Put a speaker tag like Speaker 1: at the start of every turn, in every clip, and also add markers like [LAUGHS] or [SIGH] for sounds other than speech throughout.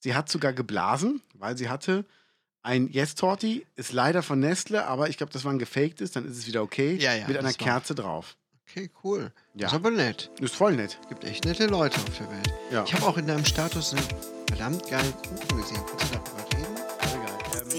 Speaker 1: Sie hat sogar geblasen, weil sie hatte ein Yes-Torti, ist leider von Nestle, aber ich glaube, das war ein gefakedes, dann ist es wieder okay,
Speaker 2: Ja, ja,
Speaker 1: mit einer
Speaker 2: das war-
Speaker 1: Kerze drauf.
Speaker 2: Okay, cool.
Speaker 1: Ja.
Speaker 2: Ist aber nett.
Speaker 1: Ist voll nett.
Speaker 2: Gibt echt nette Leute auf der Welt.
Speaker 1: Ja.
Speaker 2: Ich habe auch in deinem Status einen verdammt geilen Kuchen gesehen. Kannst du darüber reden?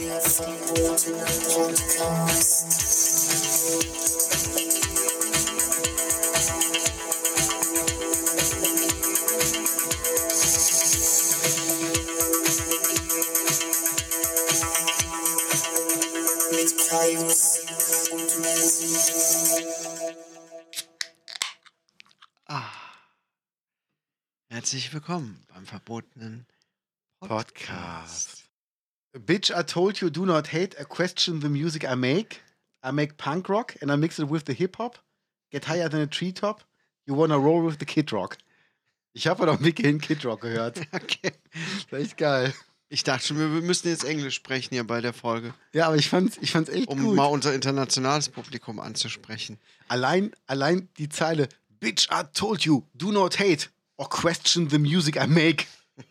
Speaker 2: Ah. Herzlich willkommen beim verbotenen
Speaker 1: Podcast. Bitch, I told you do not hate I question the music I make. I make punk rock and I mix it with the hip hop. Get higher than a treetop. You wanna roll with the Kid Rock. Ich habe doch Mickey in Kid Rock
Speaker 2: [LAUGHS]
Speaker 1: gehört.
Speaker 2: [LAUGHS] Okay.
Speaker 1: Das war echt geil.
Speaker 2: Ich dachte schon, wir wir müssen jetzt Englisch sprechen hier bei der Folge,
Speaker 1: Ja, aber ich fand's, ich fand's echt
Speaker 2: um
Speaker 1: gut.
Speaker 2: mal unser internationales Publikum anzusprechen. [LAUGHS]
Speaker 1: Allein, allein die Zeile Bitch, I told you, do not hate or question the music I make. [LAUGHS]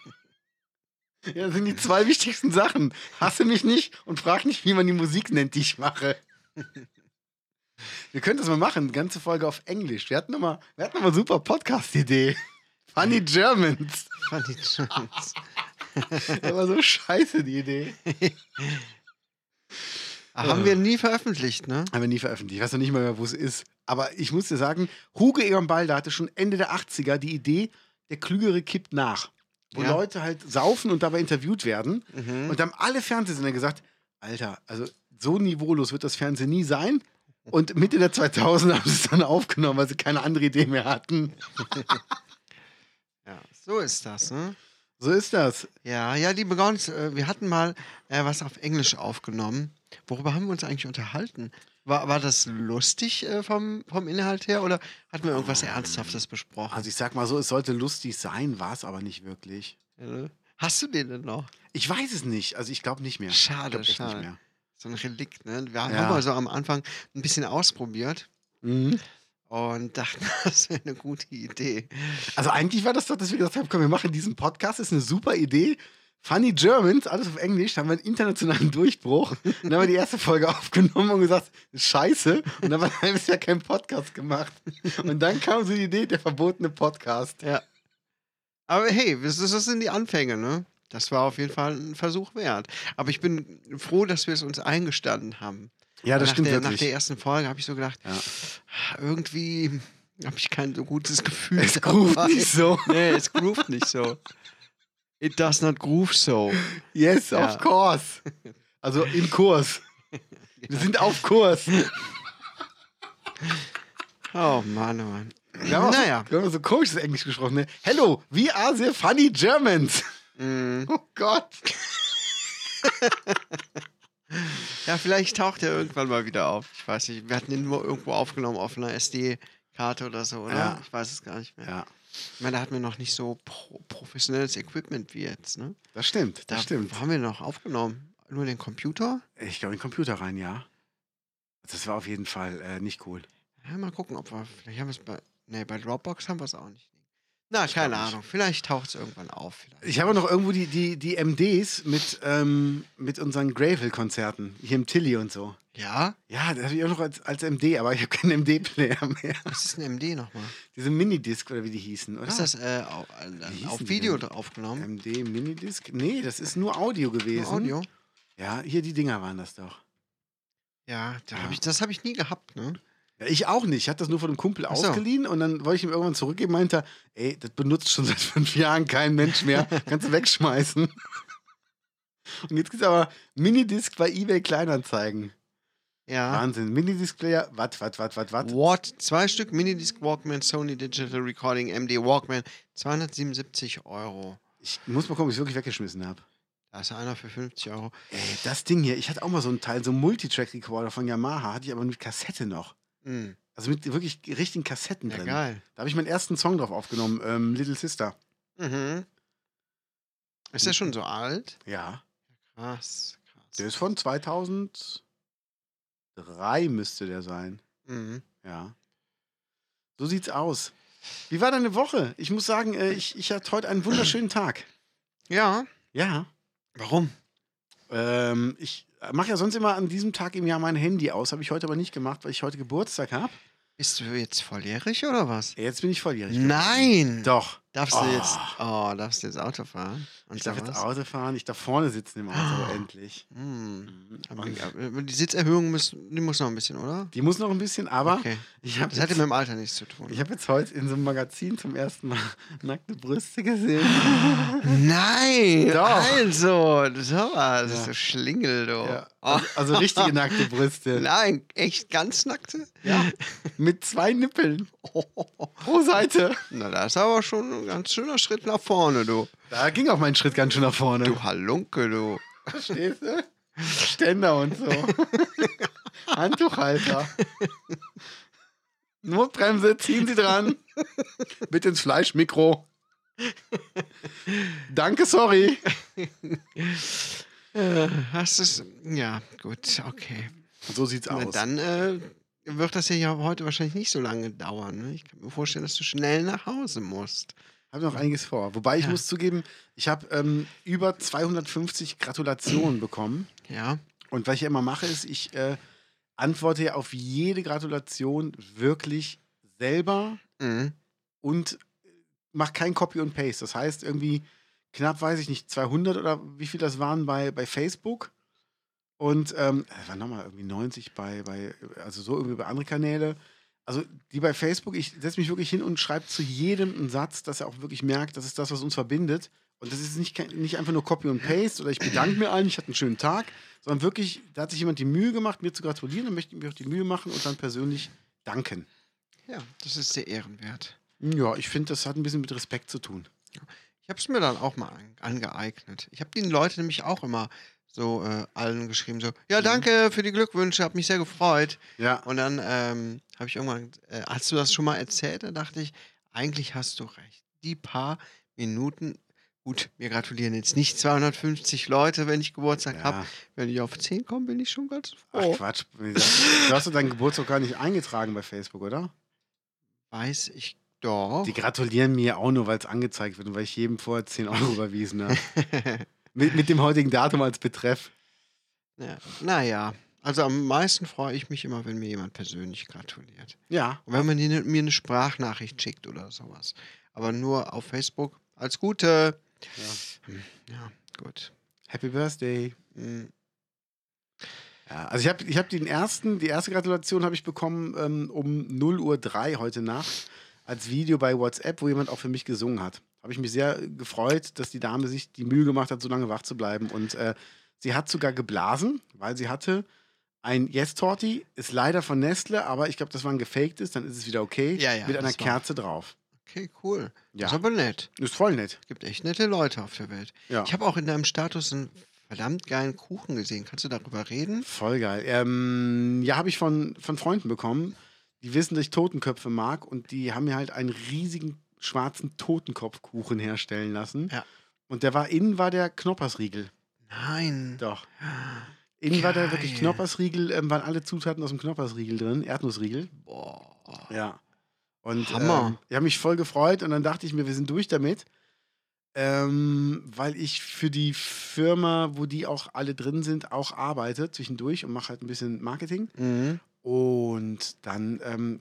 Speaker 1: Ja, das sind die zwei wichtigsten Sachen. Hasse mich nicht und frag nicht, wie man die Musik nennt, die ich mache. Wir können das mal machen, eine ganze Folge auf Englisch. Wir hatten nochmal, wir hatten noch mal super Podcast-Idee. Funny Germans.
Speaker 2: Fand ich schon.
Speaker 1: Das war so scheiße, die Idee.
Speaker 2: Ah, Haben wir nie veröffentlicht, ne?
Speaker 1: Haben wir nie veröffentlicht. Ich weiß noch nicht mal mehr, wo es ist. Aber ich muss dir sagen, Hugo Egon Balder hatte schon Ende der 80er die Idee, der Klügere kippt nach. Wo
Speaker 2: Ja.
Speaker 1: Leute halt saufen und dabei interviewt werden.
Speaker 2: Mhm.
Speaker 1: Und da haben alle Fernsehsender gesagt, Alter, also so niveaulos wird das Fernsehen nie sein. Und Mitte der 2000er [LAUGHS] haben sie es dann aufgenommen, weil sie keine andere Idee mehr hatten.
Speaker 2: Ja, so ist das, ne?
Speaker 1: So ist das.
Speaker 2: Ja, ja, liebe Gauns, äh, wir hatten mal äh, was auf Englisch aufgenommen. Worüber haben wir uns eigentlich unterhalten? War, war das lustig äh, vom, vom Inhalt her oder hatten wir
Speaker 1: Ah.
Speaker 2: irgendwas Ernsthaftes besprochen?
Speaker 1: Also ich sag mal so, es sollte lustig sein, war es aber nicht wirklich.
Speaker 2: Äh, Hast du den denn noch?
Speaker 1: Ich weiß es nicht. Also ich glaube nicht mehr. Ich
Speaker 2: Schade,
Speaker 1: glaub echt
Speaker 2: schade.
Speaker 1: Nicht
Speaker 2: So ein Relikt, ne? Wir haben
Speaker 1: Ja.
Speaker 2: mal so am Anfang ein bisschen ausprobiert
Speaker 1: mehr. Mhm.
Speaker 2: und dachten, [LAUGHS] das wäre eine gute Idee.
Speaker 1: Also eigentlich war das doch, dass wir gesagt haben, komm, wir machen diesen Podcast, ist eine super Idee. Funny Germans, alles auf Englisch, da haben wir einen internationalen Durchbruch. Dann haben wir die erste Folge [LAUGHS] aufgenommen und gesagt, scheiße. Und dann haben wir ein halbes Jahr keinen Podcast gemacht. Und dann kam so die Idee, der verbotene Podcast.
Speaker 2: Ja. Aber hey, das, ist- das sind die Anfänge, ne? Das war auf jeden Fall ein Versuch wert. Aber ich bin froh, dass wir es uns eingestanden haben.
Speaker 1: Ja, das
Speaker 2: nach
Speaker 1: stimmt
Speaker 2: der, Nach
Speaker 1: wirklich. [LAUGHS]
Speaker 2: der ersten Folge habe ich so gedacht, "Ah,
Speaker 1: Ja.
Speaker 2: irgendwie habe ich kein so gutes Gefühl.
Speaker 1: Es groovt
Speaker 2: dabei. [LAUGHS]
Speaker 1: nicht so.
Speaker 2: Nee, es groovt nicht so. It does not groove so.
Speaker 1: Yes,
Speaker 2: Ja.
Speaker 1: of course. Also im Kurs. Wir sind auf Kurs.
Speaker 2: Oh Mann, oh Mann.
Speaker 1: Wir haben auch
Speaker 2: Naja.
Speaker 1: so, wir haben so komisches Englisch gesprochen. Ne? Hello, we are the funny Germans. [LAUGHS]
Speaker 2: Mm.
Speaker 1: Oh Gott.
Speaker 2: Ja, vielleicht taucht er irgendwann mal wieder auf. Ich weiß nicht. Wir hatten ihn nur irgendwo aufgenommen auf einer SD-Karte oder so, oder?
Speaker 1: Ja.
Speaker 2: Ich weiß es gar nicht mehr.
Speaker 1: Ja,
Speaker 2: Ich meine, da hatten wir noch nicht so pro professionelles Equipment wie jetzt, ne?
Speaker 1: das stimmt, das
Speaker 2: Da
Speaker 1: stimmt.
Speaker 2: haben wir noch aufgenommen. Nur den Computer?
Speaker 1: Ich glaube, in den Computer rein, ja. Das war auf jeden Fall äh, nicht cool.
Speaker 2: Ja, mal gucken, ob wir. Vielleicht haben wir es bei. Nee, bei Dropbox haben wir es auch nicht. Na,
Speaker 1: glaub
Speaker 2: keine
Speaker 1: nicht.
Speaker 2: Ahnung. Vielleicht taucht es irgendwann auf. Vielleicht.
Speaker 1: Ich habe noch irgendwo die, die, die MDs mit, ähm, mit unseren Gravel-Konzerten, hier im Tilly und so.
Speaker 2: Ja?
Speaker 1: Ja, das habe ich auch noch als, als MD, aber ich habe keinen MD-Player mehr.
Speaker 2: Was ist ein MD nochmal?
Speaker 1: Diese Minidisc oder wie die hießen, oder?
Speaker 2: Ist das äh, auf, äh,
Speaker 1: Ah. hießen
Speaker 2: auf
Speaker 1: die
Speaker 2: Video
Speaker 1: denn?
Speaker 2: aufgenommen?
Speaker 1: MD, Minidisc? Nee, das ist nur Audio gewesen.
Speaker 2: Nur Audio?
Speaker 1: Ja, hier die Dinger waren das doch.
Speaker 2: Ja, da
Speaker 1: Ja.
Speaker 2: Hab ich, das habe ich nie gehabt, ne?
Speaker 1: Ja, ich auch nicht. Ich hatte das nur von einem Kumpel
Speaker 2: Ach so.
Speaker 1: ausgeliehen und dann wollte ich ihm irgendwann zurückgeben, meinte er, ey, das benutzt schon [LAUGHS] seit fünf Jahren kein Mensch mehr. Kannst du wegschmeißen. Und jetzt gibt's aber Minidisc bei eBay Kleinanzeigen.
Speaker 2: Ja.
Speaker 1: Wahnsinn. Minidisc-Player, wat, wat, wat, wat, wat.
Speaker 2: Watt, zwei Stück Minidisc Walkman, Sony Digital Recording MD Walkman, 277 Euro.
Speaker 1: Ich muss mal gucken, ob ich wirklich weggeschmissen habe.
Speaker 2: Da ist einer für 50 Euro.
Speaker 1: Ey, das Ding hier, ich hatte auch mal so einen Teil, so einen Multitrack-Recorder von Yamaha, hatte ich aber mit Kassette noch.
Speaker 2: Mm,
Speaker 1: Also mit wirklich richtigen Kassetten
Speaker 2: ja,
Speaker 1: drin.
Speaker 2: geil.
Speaker 1: Da habe ich meinen ersten Song drauf aufgenommen, ähm, Little Sister.
Speaker 2: Mhm. Ist der schon so alt?
Speaker 1: Ja.
Speaker 2: Krass, krass.
Speaker 1: Der ist von 2003 müsste der sein.
Speaker 2: Mhm.
Speaker 1: Ja. So sieht's aus. Wie war deine Woche? Ich muss sagen, äh, ich, ich hatte heute einen wunderschönen Tag.
Speaker 2: Ja,
Speaker 1: Ja.
Speaker 2: Warum?
Speaker 1: Ähm, ich mache ja sonst immer an diesem Tag im Jahr mein Handy aus. Habe ich heute aber nicht gemacht, weil ich heute Geburtstag habe.
Speaker 2: Bist du jetzt volljährig oder was?
Speaker 1: Jetzt bin ich volljährig. geworden.
Speaker 2: Nein!
Speaker 1: Doch.
Speaker 2: Darfst du
Speaker 1: Oh.
Speaker 2: jetzt, oh, darfst du jetzt Auto fahren? Und
Speaker 1: Ich darf jetzt
Speaker 2: sowas?
Speaker 1: Auto fahren. Ich darf vorne sitzen im Auto,
Speaker 2: Ah.
Speaker 1: endlich.
Speaker 2: Hm.
Speaker 1: Mhm.
Speaker 2: Aber
Speaker 1: Und
Speaker 2: aber die Sitzerhöhung muss, die muss noch ein bisschen, oder?
Speaker 1: Die muss noch ein bisschen, aber
Speaker 2: Okay.
Speaker 1: ich habe
Speaker 2: Das hatte
Speaker 1: jetzt,
Speaker 2: mit dem Alter nichts zu tun.
Speaker 1: ich hab jetzt heute in so einem Magazin zum ersten Mal [LAUGHS] nackte Brüste gesehen.
Speaker 2: Nein!
Speaker 1: Doch.
Speaker 2: Also, sowas.
Speaker 1: Ja.
Speaker 2: Ja. So Schlingel, du.
Speaker 1: Ja.
Speaker 2: Oh,
Speaker 1: Also, also richtige nackte Brüste.
Speaker 2: nein, echt ganz nackte?
Speaker 1: Ja. Mit zwei Nippeln
Speaker 2: Oh,
Speaker 1: pro Seite.
Speaker 2: na, das ist aber schon ein ganz schöner Schritt nach vorne, du.
Speaker 1: Da ging auch mein Schritt ganz schön nach vorne.
Speaker 2: Du ne? Halunke, du.
Speaker 1: Verstehst du? Ständer und so. Handtuchhalter. Notbremse, ziehen Sie dran. Bitte ins Fleischmikro. Danke, sorry.
Speaker 2: Äh, Hast es. Ja, gut, okay.
Speaker 1: So sieht's
Speaker 2: Na,
Speaker 1: aus.
Speaker 2: dann äh, wird das hier ja heute wahrscheinlich nicht so lange dauern. Ne? Ich kann mir vorstellen, dass du schnell nach Hause musst.
Speaker 1: habe noch einiges vor. Wobei ich
Speaker 2: Ja.
Speaker 1: muss zugeben, ich habe ähm, über 250 Gratulationen bekommen.
Speaker 2: Ja.
Speaker 1: Und was ich ja immer mache, ist, ich äh, antworte ja auf jede Gratulation wirklich selber
Speaker 2: Mhm.
Speaker 1: und mache kein Copy und Paste. Das heißt, irgendwie knapp, weiß ich nicht, 200 oder wie viel das waren bei, bei Facebook. Und ähm, äh, war nochmal irgendwie 90 bei, bei, also so irgendwie bei andere Kanäle. Also die bei Facebook, ich setze mich wirklich hin und schreibe zu jedem einen Satz, dass er auch wirklich merkt, das ist das, was uns verbindet. Und das ist nicht, kein- nicht einfach nur Copy und Paste oder ich bedanke mir allen, ich hatte einen schönen Tag, sondern wirklich, da hat sich jemand die Mühe gemacht, mir zu gratulieren, dann möchte ich mir auch die Mühe machen und dann persönlich danken.
Speaker 2: Ja, das ist sehr ehrenwert.
Speaker 1: Ja, ich finde, das hat ein bisschen mit Respekt zu tun.
Speaker 2: Ich habe es mir dann auch mal an- angeeignet. Ich habe den Leuten nämlich auch immer so äh, allen geschrieben, so,
Speaker 1: Mhm.
Speaker 2: ja, danke für die Glückwünsche, habe mich sehr gefreut.
Speaker 1: Ja.
Speaker 2: Und dann ähm, habe ich irgendwann, äh, hast du das schon mal erzählt? Da dachte ich, eigentlich hast du recht. Die paar Minuten, gut, mir gratulieren jetzt nicht 250 Leute, wenn ich Geburtstag Oh. habe. Wenn ich auf 10 komme, bin ich schon ganz
Speaker 1: Ach
Speaker 2: froh.
Speaker 1: Quatsch. Wie gesagt, Du hast doch deinen Geburtstag gar nicht eingetragen bei Facebook, oder?
Speaker 2: Weiß ich doch.
Speaker 1: Die gratulieren mir auch nur, weil es angezeigt wird und weil ich jedem vorher 10 Euro überwiesen habe. mit, mit dem heutigen Datum als Betreff.
Speaker 2: ja, naja, also am meisten freue ich mich immer, wenn mir jemand persönlich gratuliert.
Speaker 1: Ja.
Speaker 2: Und wenn man die, mir eine Sprachnachricht schickt oder sowas. Aber nur auf Facebook. Als Gute. Hm, Ja, gut.
Speaker 1: Happy Birthday.
Speaker 2: Hm,
Speaker 1: Ja, also ich habe ich hab den ersten, die erste Gratulation habe ich bekommen ähm, um 0.03 Uhr heute Nacht als Video bei WhatsApp, wo jemand auch für mich gesungen hat. Habe ich mich sehr äh, gefreut, dass die Dame sich die Mühe gemacht hat, so lange wach zu bleiben. Und äh, sie hat sogar geblasen, weil sie hatte ein Yes Torti, ist leider von Nestle, aber ich glaube, das war ein gefaktes, dann ist es wieder okay,
Speaker 2: Ja, ja,
Speaker 1: mit einer
Speaker 2: das war-
Speaker 1: Kerze drauf.
Speaker 2: Okay, cool.
Speaker 1: Ja,
Speaker 2: Ist aber nett.
Speaker 1: ist voll nett.
Speaker 2: Gibt echt nette Leute auf der Welt.
Speaker 1: Ja.
Speaker 2: Ich habe auch in deinem Status einen verdammt geilen Kuchen gesehen. Kannst du darüber reden?
Speaker 1: Voll geil. Ähm, ja, habe ich von, von Freunden bekommen. Die wissen, dass ich Totenköpfe mag und die haben mir halt einen riesigen schwarzen Totenkopfkuchen herstellen lassen.
Speaker 2: Ja.
Speaker 1: Und der war innen war der Knoppersriegel.
Speaker 2: Nein.
Speaker 1: Doch. Innen war der wirklich
Speaker 2: Geil.
Speaker 1: Knoppersriegel, ähm, waren alle Zutaten aus dem Knoppersriegel drin, Erdnussriegel.
Speaker 2: Boah.
Speaker 1: Ja. Und
Speaker 2: Hammer.
Speaker 1: Ähm, ich habe mich voll gefreut und dann dachte ich mir, wir sind durch damit. Ähm, weil ich für die Firma, wo die auch alle drin sind, auch arbeite zwischendurch und mache halt ein bisschen Marketing.
Speaker 2: Mhm.
Speaker 1: Und dann ähm,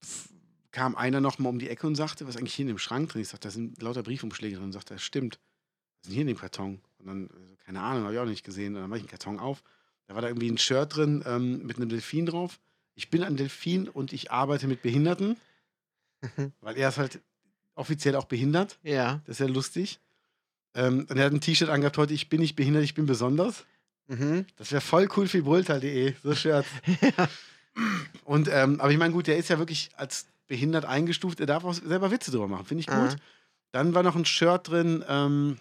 Speaker 1: f- kam einer nochmal um die Ecke und sagte, was ist eigentlich hier in dem Schrank drin? Ich sagte, da sind lauter Briefumschläge drin. Und sagte, das stimmt. Was ist denn hier in dem Karton? Und dann, also, keine Ahnung, habe ich auch nicht gesehen. Und dann mache ich den Karton auf. Da war da irgendwie ein Shirt drin ähm, mit einem Delfin drauf. Ich bin ein Delfin und ich arbeite mit Behinderten, weil er ist halt offiziell auch behindert.
Speaker 2: Ja.
Speaker 1: Das ist ja lustig. Ähm, und er hat ein T-Shirt angehabt heute, ich bin nicht behindert, ich bin besonders.
Speaker 2: Mhm.
Speaker 1: Das wäre voll cool für brülltal.de, so Shirts.
Speaker 2: [LAUGHS]
Speaker 1: Und, ähm, aber ich meine, gut, der ist ja wirklich als behindert eingestuft, er darf auch selber Witze drüber machen, finde ich
Speaker 2: Ah.
Speaker 1: gut. Dann war noch ein Shirt drin, ähm,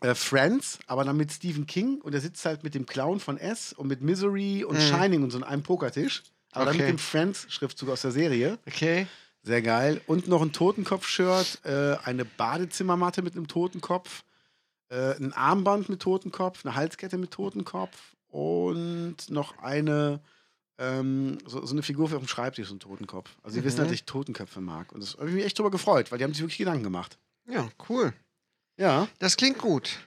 Speaker 1: äh, Friends, aber dann mit Stephen King und er sitzt halt mit dem Clown von S und mit Misery und
Speaker 2: Mhm.
Speaker 1: Shining und so an einem Pokertisch. Aber dann mit
Speaker 2: Okay.
Speaker 1: dem Friends-Schriftzug aus der Serie.
Speaker 2: Okay.
Speaker 1: Sehr geil. Und noch ein Totenkopf-Shirt, äh, eine Badezimmermatte mit einem Totenkopf, äh, ein Armband mit Totenkopf, eine Halskette mit Totenkopf und noch eine, ähm, so, so eine Figur auf dem Schreibtisch, so ein Totenkopf. Also, sie
Speaker 2: Mhm.
Speaker 1: wissen halt, dass ich Totenköpfe mag. Und das habe ich mich echt drüber gefreut, weil die haben sich wirklich Gedanken gemacht.
Speaker 2: Ja, cool.
Speaker 1: Ja.
Speaker 2: Das klingt gut.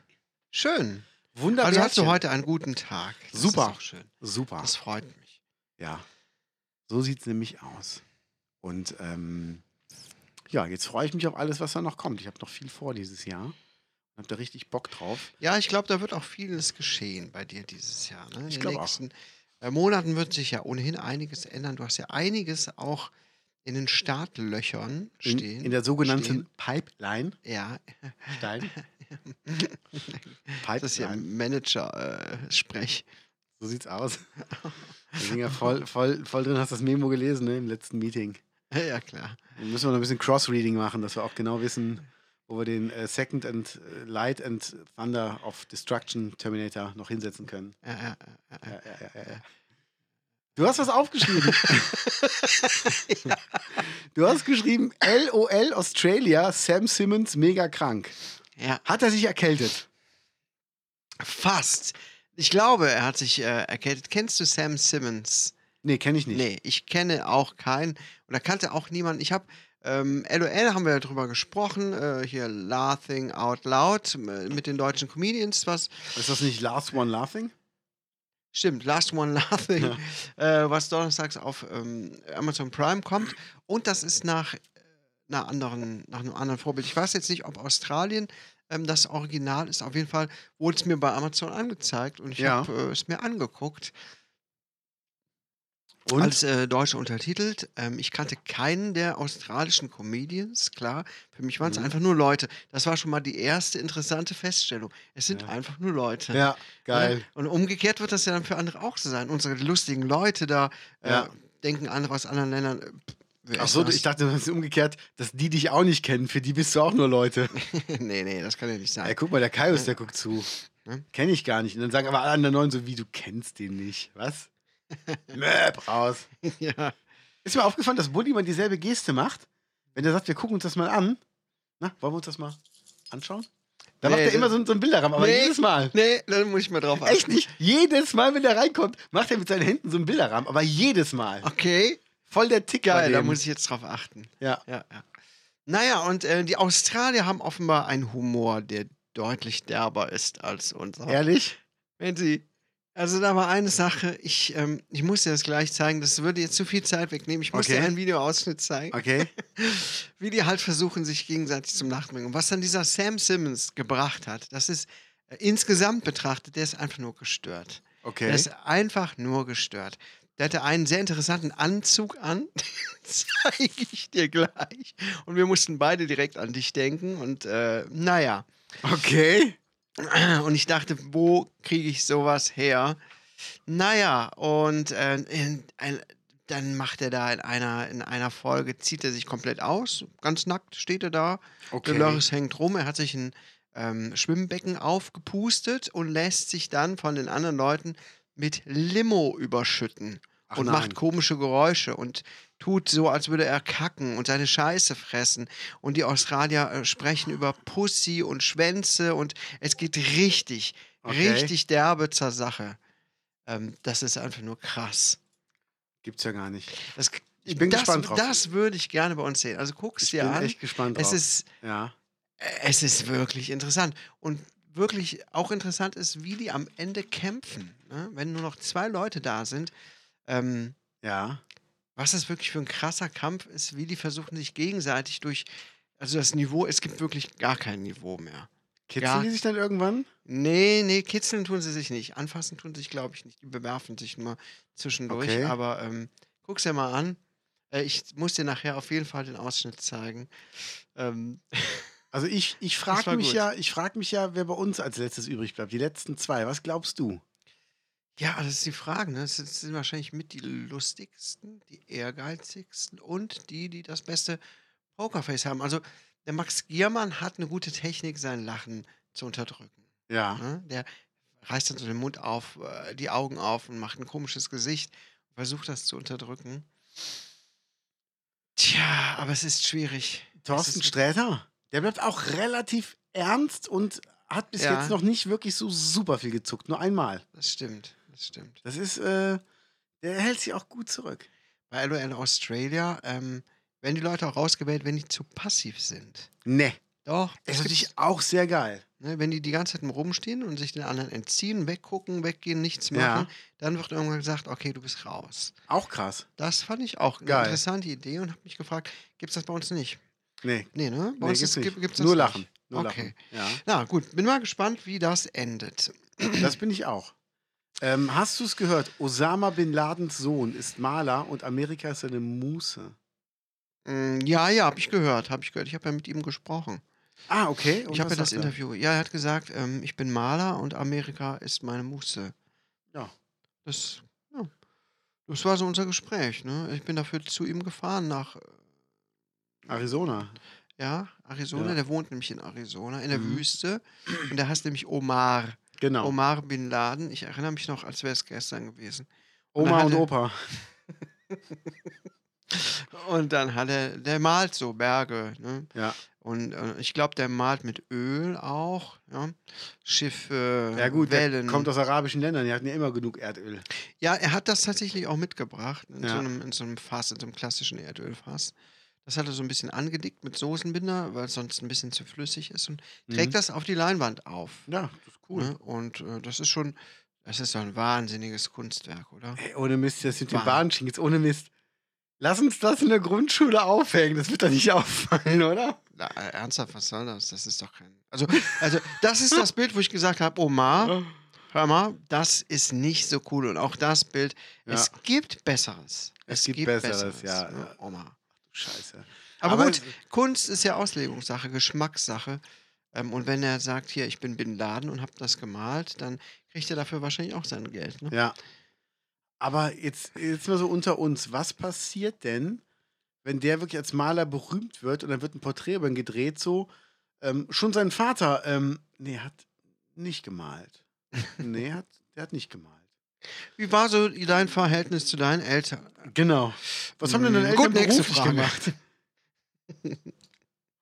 Speaker 2: Schön.
Speaker 1: Wunderbar.
Speaker 2: Also hast du heute einen guten Tag. Das
Speaker 1: Super.
Speaker 2: Ist auch schön.
Speaker 1: Super.
Speaker 2: Das freut mich.
Speaker 1: Ja, so sieht es nämlich aus. Und ähm, ja, jetzt freue ich mich auf alles, was da noch kommt. Ich habe noch viel vor dieses Jahr. Ich habe da richtig Bock drauf.
Speaker 2: Ja, ich glaube, da wird auch vieles geschehen bei dir dieses Jahr. Ne? In
Speaker 1: Ich
Speaker 2: den
Speaker 1: glaub auch.
Speaker 2: nächsten äh, Monaten wird sich ja ohnehin einiges ändern. Du hast ja einiges auch in den Startlöchern
Speaker 1: In,
Speaker 2: stehen.
Speaker 1: in der sogenannten Pipeline.
Speaker 2: ja, [LAUGHS]
Speaker 1: Stein.
Speaker 2: das ist ja äh,
Speaker 1: Pipeline.
Speaker 2: Manager-Sprech.
Speaker 1: So sieht's aus. Wir sind ja voll, voll, voll drin, hast das Memo gelesen ne, im letzten Meeting.
Speaker 2: [LAUGHS] ja, klar.
Speaker 1: Dann müssen wir noch ein bisschen Cross-Reading machen, dass wir auch genau wissen, wo wir den äh, Second and äh, Light and Thunder of Destruction Terminator noch hinsetzen können.
Speaker 2: Ja, ja, ja, ja.
Speaker 1: Ja, ja, ja, ja, ja. Du hast was
Speaker 2: [LAUGHS]
Speaker 1: aufgeschrieben. Du hast geschrieben, LOL Australia, Sam Simmons mega krank.
Speaker 2: ja,
Speaker 1: Hat er sich erkältet?
Speaker 2: fast. Ich glaube, er hat sich äh, erkältet. Kennst du Sam Simmons?
Speaker 1: Nee, kenne ich nicht.
Speaker 2: Nee, ich kenne auch keinen oder kannte auch niemanden. Ich habe ähm, LOL haben wir ja drüber gesprochen, äh, hier Laughing Out Loud m- mit den deutschen Comedians, was
Speaker 1: Ist das nicht Last One Laughing?
Speaker 2: stimmt, Last One Laughing, äh, was donnerstags auf ähm, Amazon Prime kommt und das ist nach äh, einer anderen, nach einem anderen Vorbild. Ich weiß jetzt nicht, ob Australien ähm, das Original ist. Auf jeden Fall wurde es mir bei Amazon angezeigt und ich
Speaker 1: Ja.
Speaker 2: habe äh, es mir angeguckt.
Speaker 1: Und?
Speaker 2: Als äh, Deutsche untertitelt. Ähm, ich kannte keinen der australischen Comedians, klar. Für mich waren es
Speaker 1: Mhm.
Speaker 2: einfach nur Leute. Das war schon mal die erste interessante Feststellung. Es sind
Speaker 1: Ja.
Speaker 2: einfach nur Leute.
Speaker 1: ja, geil.
Speaker 2: Ne? Und umgekehrt wird das ja dann für andere auch so sein. Unsere lustigen Leute da äh,
Speaker 1: Ja.
Speaker 2: denken andere aus anderen Ländern. äh, pff, wer ist
Speaker 1: Achso,
Speaker 2: das?
Speaker 1: ich dachte, das ist umgekehrt, dass die dich auch nicht kennen. Für die bist du auch nur Leute.
Speaker 2: [LAUGHS] nee, nee, das kann ja nicht
Speaker 1: Ey,
Speaker 2: sein.
Speaker 1: guck mal, der Kaius, der guckt zu.
Speaker 2: Ne?
Speaker 1: Kenne ich gar nicht. Und dann sagen aber alle anderen Neuen so, wie, du kennst den nicht.
Speaker 2: [LAUGHS]
Speaker 1: Was? Möp, raus.
Speaker 2: ja.
Speaker 1: Ist mir aufgefallen, dass Bulli immer dieselbe Geste macht, wenn er sagt, wir gucken uns das mal an. Na, wollen wir uns das mal anschauen? Da
Speaker 2: Nee,
Speaker 1: macht er
Speaker 2: das-
Speaker 1: immer so, so einen Bilderrahmen, aber
Speaker 2: Nee.
Speaker 1: jedes Mal.
Speaker 2: Nee, dann muss ich mal drauf achten.
Speaker 1: Echt nicht. Jedes Mal, wenn er reinkommt, macht er mit seinen Händen so einen Bilderrahmen, aber jedes Mal.
Speaker 2: Okay,
Speaker 1: Voll der Tick bei
Speaker 2: geil, da
Speaker 1: dem.
Speaker 2: muss ich jetzt drauf achten.
Speaker 1: ja.
Speaker 2: Ja, ja. Naja, und äh, die Australier haben offenbar einen Humor, der deutlich derber ist als unser.
Speaker 1: Ehrlich?
Speaker 2: Wenn sie. Also da war eine Sache, ich, ähm, ich muss dir das gleich zeigen, das würde jetzt zu viel Zeit wegnehmen. Ich muss
Speaker 1: Okay.
Speaker 2: dir einen Videoausschnitt zeigen,
Speaker 1: Okay.
Speaker 2: wie die halt versuchen, sich gegenseitig zum Lachen zu bringen. Und was dann dieser Sam Simmons gebracht hat, das ist äh, insgesamt betrachtet, der ist einfach nur gestört.
Speaker 1: Okay.
Speaker 2: Der ist einfach nur gestört. Der hatte einen sehr interessanten Anzug an. [LAUGHS] Den zeige ich dir gleich. Und wir mussten beide direkt an dich denken. Und äh, naja.
Speaker 1: okay.
Speaker 2: [CLEARS THROAT] Und ich dachte, wo kriege ich sowas her? Naja, und äh, in, ein, dann macht er da in einer, in einer Folge, zieht er sich komplett aus. Ganz nackt steht er da.
Speaker 1: Okay.
Speaker 2: Dolores hängt rum, er hat sich ein ähm, Schwimmbecken aufgepustet und lässt sich dann von den anderen Leuten mit Limo überschütten
Speaker 1: Ach
Speaker 2: und
Speaker 1: nein.
Speaker 2: macht komische Geräusche und tut so, als würde er kacken und seine Scheiße fressen. Und die Australier äh, sprechen über Pussy und Schwänze und es geht richtig,
Speaker 1: Okay.
Speaker 2: richtig derbe zur Sache. Ähm, das ist einfach nur krass.
Speaker 1: Gibt's ja gar nicht.
Speaker 2: Das,
Speaker 1: Ich bin
Speaker 2: das,
Speaker 1: gespannt drauf.
Speaker 2: Das würde ich gerne bei uns sehen. Also guck's
Speaker 1: Ich
Speaker 2: dir
Speaker 1: bin
Speaker 2: an.
Speaker 1: echt gespannt drauf.
Speaker 2: es ist
Speaker 1: ja.
Speaker 2: es ist wirklich interessant. Und wirklich auch interessant ist, wie die am Ende kämpfen. Ne? Wenn nur noch zwei Leute da sind, ähm,
Speaker 1: Ja.
Speaker 2: was das wirklich für ein krasser Kampf ist, wie die versuchen, sich gegenseitig durch. Also das Niveau, es gibt wirklich gar kein Niveau mehr.
Speaker 1: Kitzeln
Speaker 2: Ja.
Speaker 1: die sich dann irgendwann?
Speaker 2: Nee, nee, kitzeln tun sie sich nicht. Anfassen tun sie sich, glaube ich, nicht. Die bewerfen sich nur zwischendurch.
Speaker 1: Okay.
Speaker 2: Aber ähm, guck's ja mal an. Äh, ich muss dir nachher auf jeden Fall den Ausschnitt zeigen. Ähm,
Speaker 1: Also ich, ich
Speaker 2: Das
Speaker 1: frage
Speaker 2: war
Speaker 1: mich
Speaker 2: gut.
Speaker 1: ja, ich frag mich ja, wer bei uns als letztes übrig bleibt. Die letzten zwei. Was glaubst du?
Speaker 2: Ja, das ist die Frage. Ne? Das sind- das sind wahrscheinlich mit die lustigsten, die ehrgeizigsten und die, die das beste Pokerface haben. Also der Max Giermann hat eine gute Technik, sein Lachen zu unterdrücken.
Speaker 1: Ja.
Speaker 2: Ne? Der reißt dann so den Mund auf, äh, die Augen auf und macht ein komisches Gesicht und versucht das zu unterdrücken. Tja, aber es ist schwierig. Es
Speaker 1: Thorsten
Speaker 2: ist-
Speaker 1: Sträter, der bleibt auch relativ ernst und hat bis
Speaker 2: Ja.
Speaker 1: jetzt noch nicht wirklich so super viel gezuckt. Nur einmal.
Speaker 2: Das stimmt, das stimmt.
Speaker 1: Das ist, äh, der hält sich auch gut zurück.
Speaker 2: Bei LOL Australia ähm, werden die Leute auch rausgewählt, wenn die zu passiv sind.
Speaker 1: Nee.
Speaker 2: Doch.
Speaker 1: Ist
Speaker 2: es gibt-
Speaker 1: natürlich auch sehr geil.
Speaker 2: Ne, wenn die die ganze Zeit rumstehen und sich den anderen entziehen, weggucken, weggehen, nichts machen,
Speaker 1: Ja.
Speaker 2: dann wird irgendwann gesagt, okay, du bist raus.
Speaker 1: Auch krass.
Speaker 2: Das fand ich auch eine
Speaker 1: Geil.
Speaker 2: interessante Idee und habe mich gefragt, gibt es das bei uns nicht?
Speaker 1: Nee,
Speaker 2: Nee, ne? Bei
Speaker 1: nee
Speaker 2: uns
Speaker 1: gibt's
Speaker 2: ist-
Speaker 1: nicht.
Speaker 2: gibt- gibt's das
Speaker 1: Nur
Speaker 2: nicht.
Speaker 1: lachen. Nur
Speaker 2: Okay.
Speaker 1: lachen.
Speaker 2: Na gut, bin mal gespannt, wie das endet.
Speaker 1: Ja, das bin ich auch. Ähm, hast du es gehört? Osama Bin Ladens Sohn ist Maler und Amerika ist eine Muße.
Speaker 2: Mm, Ja, ja, habe ich gehört, habe ich gehört. Ich habe ja mit ihm gesprochen.
Speaker 1: Ah, okay. Und
Speaker 2: ich habe ja
Speaker 1: was
Speaker 2: das
Speaker 1: sagt er?
Speaker 2: Interview. Ja, er hat gesagt, ähm, ich bin Maler und Amerika ist meine Muße.
Speaker 1: Ja.
Speaker 2: Das, ja. das war so unser Gespräch. Ne? Ich bin dafür zu ihm gefahren nach
Speaker 1: Arizona.
Speaker 2: ja, Arizona.
Speaker 1: Ja.
Speaker 2: Der wohnt nämlich in Arizona, in der
Speaker 1: Mhm.
Speaker 2: Wüste. Und der heißt nämlich Omar.
Speaker 1: Genau.
Speaker 2: Omar Bin Laden. Ich erinnere mich noch, als wäre es gestern gewesen. Und
Speaker 1: Oma
Speaker 2: dann
Speaker 1: und
Speaker 2: hat er-
Speaker 1: Opa.
Speaker 2: Und dann hat er, der malt so Berge. Ne?
Speaker 1: Ja.
Speaker 2: Und äh, ich glaube, der malt mit Öl auch. Ja? Schiffe,
Speaker 1: Ja gut, der
Speaker 2: Wellen.
Speaker 1: kommt aus arabischen Ländern, die hatten ja immer genug Erdöl.
Speaker 2: Ja, er hat das tatsächlich auch mitgebracht in, so
Speaker 1: Ja.
Speaker 2: einem, in so einem Fass, in so einem klassischen Erdölfass. Das hat er so ein bisschen angedickt mit Soßenbinder, weil es sonst ein bisschen zu flüssig ist und Mhm. trägt
Speaker 1: Mhm.
Speaker 2: das auf die Leinwand auf.
Speaker 1: Ja, das ist cool.
Speaker 2: Ne? Und äh, das ist schon, das ist so ein wahnsinniges Kunstwerk, oder?
Speaker 1: Ey, ohne Mist, das mit den
Speaker 2: Wahnsinn.
Speaker 1: Bahnschienen jetzt ohne Mist. Lass uns das in der Grundschule aufhängen, das wird doch nicht [LAUGHS] auffallen, oder?
Speaker 2: Na, äh, ernsthaft, was soll das? Das ist doch kein.
Speaker 1: [LAUGHS]
Speaker 2: Also, also das ist das Bild, wo ich gesagt habe, Omar, hör mal, das ist nicht so cool. Und auch das Bild,
Speaker 1: Ja.
Speaker 2: es gibt Besseres.
Speaker 1: Es gibt Besseres, ja.
Speaker 2: ne, Omar.
Speaker 1: Scheiße.
Speaker 2: Aber,
Speaker 1: Aber-
Speaker 2: gut, Kunst ist ja Auslegungssache, Geschmackssache. Ähm, und wenn er sagt, hier, ich bin Bin Laden und habe das gemalt, dann kriegt er dafür wahrscheinlich auch sein Geld. Ne?
Speaker 1: Ja. Aber jetzt, jetzt mal so unter uns, was passiert denn, wenn der wirklich als Maler berühmt wird und dann wird ein Porträt über ihn gedreht, so ähm, schon sein Vater, ähm, nee, hat nicht [LAUGHS] gemalt. Nee, hat, der hat nicht gemalt.
Speaker 2: Wie war so dein Verhältnis zu deinen Eltern?
Speaker 1: Genau. Was haben denn deine
Speaker 2: Mm, gut,
Speaker 1: Eltern
Speaker 2: nächste
Speaker 1: beruflich
Speaker 2: Frage.
Speaker 1: gemacht?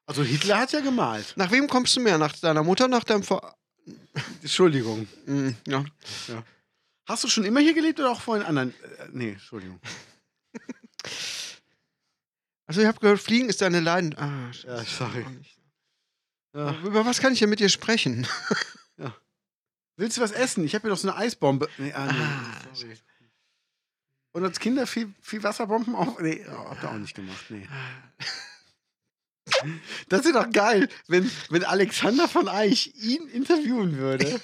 Speaker 1: Also Hitler hat ja gemalt.
Speaker 2: Nach wem kommst du mehr? Nach deiner Mutter, nach deinem Ver.
Speaker 1: Entschuldigung.
Speaker 2: Mm, ja.
Speaker 1: Hast du schon immer hier gelebt oder auch vor den anderen? Äh, nee, Entschuldigung.
Speaker 2: Also ich habe gehört, Fliegen ist deine Leiden. Ah,
Speaker 1: Ja,
Speaker 2: scheiße.
Speaker 1: sorry.
Speaker 2: Auch nicht.
Speaker 1: Ja.
Speaker 2: Über was kann ich denn mit dir sprechen?
Speaker 1: Willst du was essen? Ich habe hier noch so eine Eisbombe. Nee, ah, nee,
Speaker 2: Ah,
Speaker 1: sorry. Und als Kinder viel, viel Wasserbomben auf. Nee, oh, habt ihr auch nicht gemacht. Nee.
Speaker 2: Ah,
Speaker 1: Das wäre doch geil, wenn, wenn Alexander von Eich ihn interviewen würde.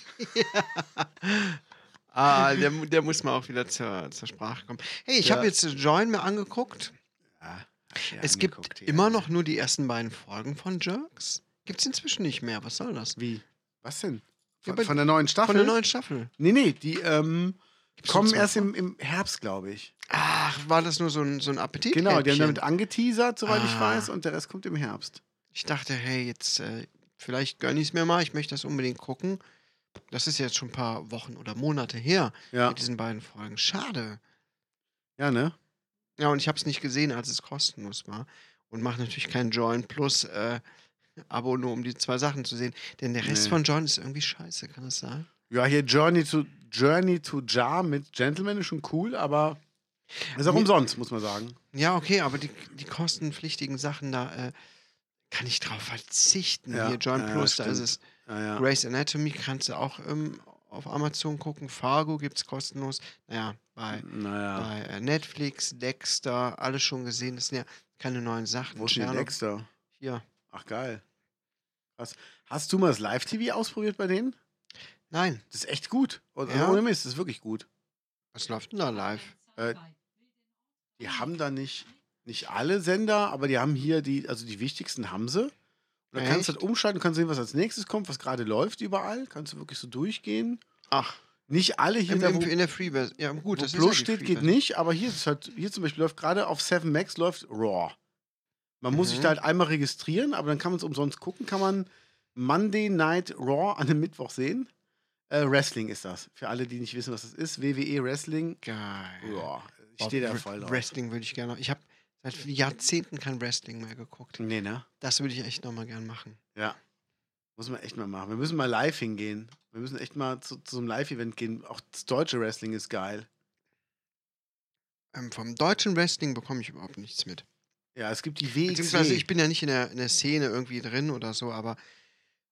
Speaker 2: Ah, der, mu- der muss mal auch wieder zur, zur Sprache kommen. Hey, ich
Speaker 1: Ja.
Speaker 2: habe jetzt Join mir angeguckt. Es gibt immer noch nur die ersten beiden Folgen von Jerks. Gibt es inzwischen nicht mehr. Was soll das?
Speaker 1: Wie? Was denn?
Speaker 2: Ja,
Speaker 1: Von,
Speaker 2: bei-
Speaker 1: von der neuen Staffel?
Speaker 2: Von der neuen Staffel.
Speaker 1: nee, nee, die ähm,
Speaker 2: Gibt's
Speaker 1: kommen
Speaker 2: noch zwei
Speaker 1: erst
Speaker 2: Folgen?
Speaker 1: im, im Herbst, glaube ich.
Speaker 2: Ach, war das nur so ein, so ein Appetit?
Speaker 1: Genau, die haben damit angeteasert, soweit ich
Speaker 2: Ah.
Speaker 1: weiß, und der Rest kommt im Herbst.
Speaker 2: Ich dachte, hey, jetzt äh, vielleicht gönn ich es mir mal. Ich möchte das unbedingt gucken. Das ist jetzt schon ein paar Wochen oder Monate her
Speaker 1: Ja,
Speaker 2: mit diesen beiden Folgen. Schade.
Speaker 1: ja ne?
Speaker 2: Ja, und ich habe es nicht gesehen, als es kostenlos war. Und mache natürlich kein Join Plus äh, Abo, nur um die zwei Sachen zu sehen. Denn der Rest
Speaker 1: Nee.
Speaker 2: von Join ist irgendwie scheiße, kann das sein?
Speaker 1: Ja, hier Journey to, Journey to Jar mit Gentleman ist schon cool, aber ist auch
Speaker 2: Mir-
Speaker 1: umsonst, muss man sagen.
Speaker 2: Ja, okay, aber die, die kostenpflichtigen Sachen, da äh, kann ich drauf verzichten.
Speaker 1: Ja,
Speaker 2: Hier, Join
Speaker 1: ja,
Speaker 2: Plus, da ist
Speaker 1: stimmt.
Speaker 2: es.
Speaker 1: Ja, ja.
Speaker 2: Grey's Anatomy kannst du auch ähm, auf Amazon gucken. Fargo gibt's kostenlos. Naja, bei,
Speaker 1: Naja.
Speaker 2: bei äh, Netflix, Dexter, alles schon gesehen. Das sind ja keine neuen Sachen.
Speaker 1: Wo ist denn
Speaker 2: Sherlock-
Speaker 1: der Dexter?
Speaker 2: Hier.
Speaker 1: Ach, geil. Was? Hast du mal das Live-TV ausprobiert bei denen?
Speaker 2: Nein,
Speaker 1: Das ist echt gut. Und
Speaker 2: Ja.
Speaker 1: ohne Mist, das ist wirklich gut.
Speaker 2: was läuft denn da live?
Speaker 1: Äh, die haben da nicht, nicht alle Sender, aber die haben hier die, also die wichtigsten haben sie. Und da kannst du
Speaker 2: Echt?
Speaker 1: halt umschalten, kannst sehen, was als nächstes kommt, was gerade läuft überall. Kannst du wirklich so durchgehen.
Speaker 2: Ach,
Speaker 1: Nicht alle hier
Speaker 2: im,
Speaker 1: da,
Speaker 2: im,
Speaker 1: wo-
Speaker 2: in der Freebase. Ja, gut,
Speaker 1: Wo Plus
Speaker 2: das ist ja also die
Speaker 1: steht, geht
Speaker 2: Freebase.
Speaker 1: nicht, aber hier, ist halt, hier zum Beispiel läuft gerade auf 7 Max läuft Raw. Man muss sich
Speaker 2: Mhm.
Speaker 1: da halt einmal registrieren, aber dann kann man es umsonst gucken, kann man Monday Night Raw an einem Mittwoch sehen. Äh, Wrestling ist das. Für alle, die nicht wissen, was das ist. WWE Wrestling.
Speaker 2: Geil.
Speaker 1: Raw. Ich stehe da
Speaker 2: Äh, Boah,
Speaker 1: voll drauf.
Speaker 2: Wrestling würde ich gerne. Ich habe seit Jahrzehnten kein Wrestling mehr geguckt.
Speaker 1: Nee, ne?
Speaker 2: Das würde ich echt nochmal gern machen.
Speaker 1: Ja. Muss man echt mal machen. Wir müssen mal live hingehen. Wir müssen echt mal zu, zu so einem Live-Event gehen. Auch das deutsche Wrestling ist geil.
Speaker 2: Ähm, vom deutschen Wrestling bekomme ich überhaupt nichts mit.
Speaker 1: Ja, es gibt die E
Speaker 2: Beziehungsweise
Speaker 1: WXW.
Speaker 2: ich bin ja nicht in der, in der Szene irgendwie drin oder so, aber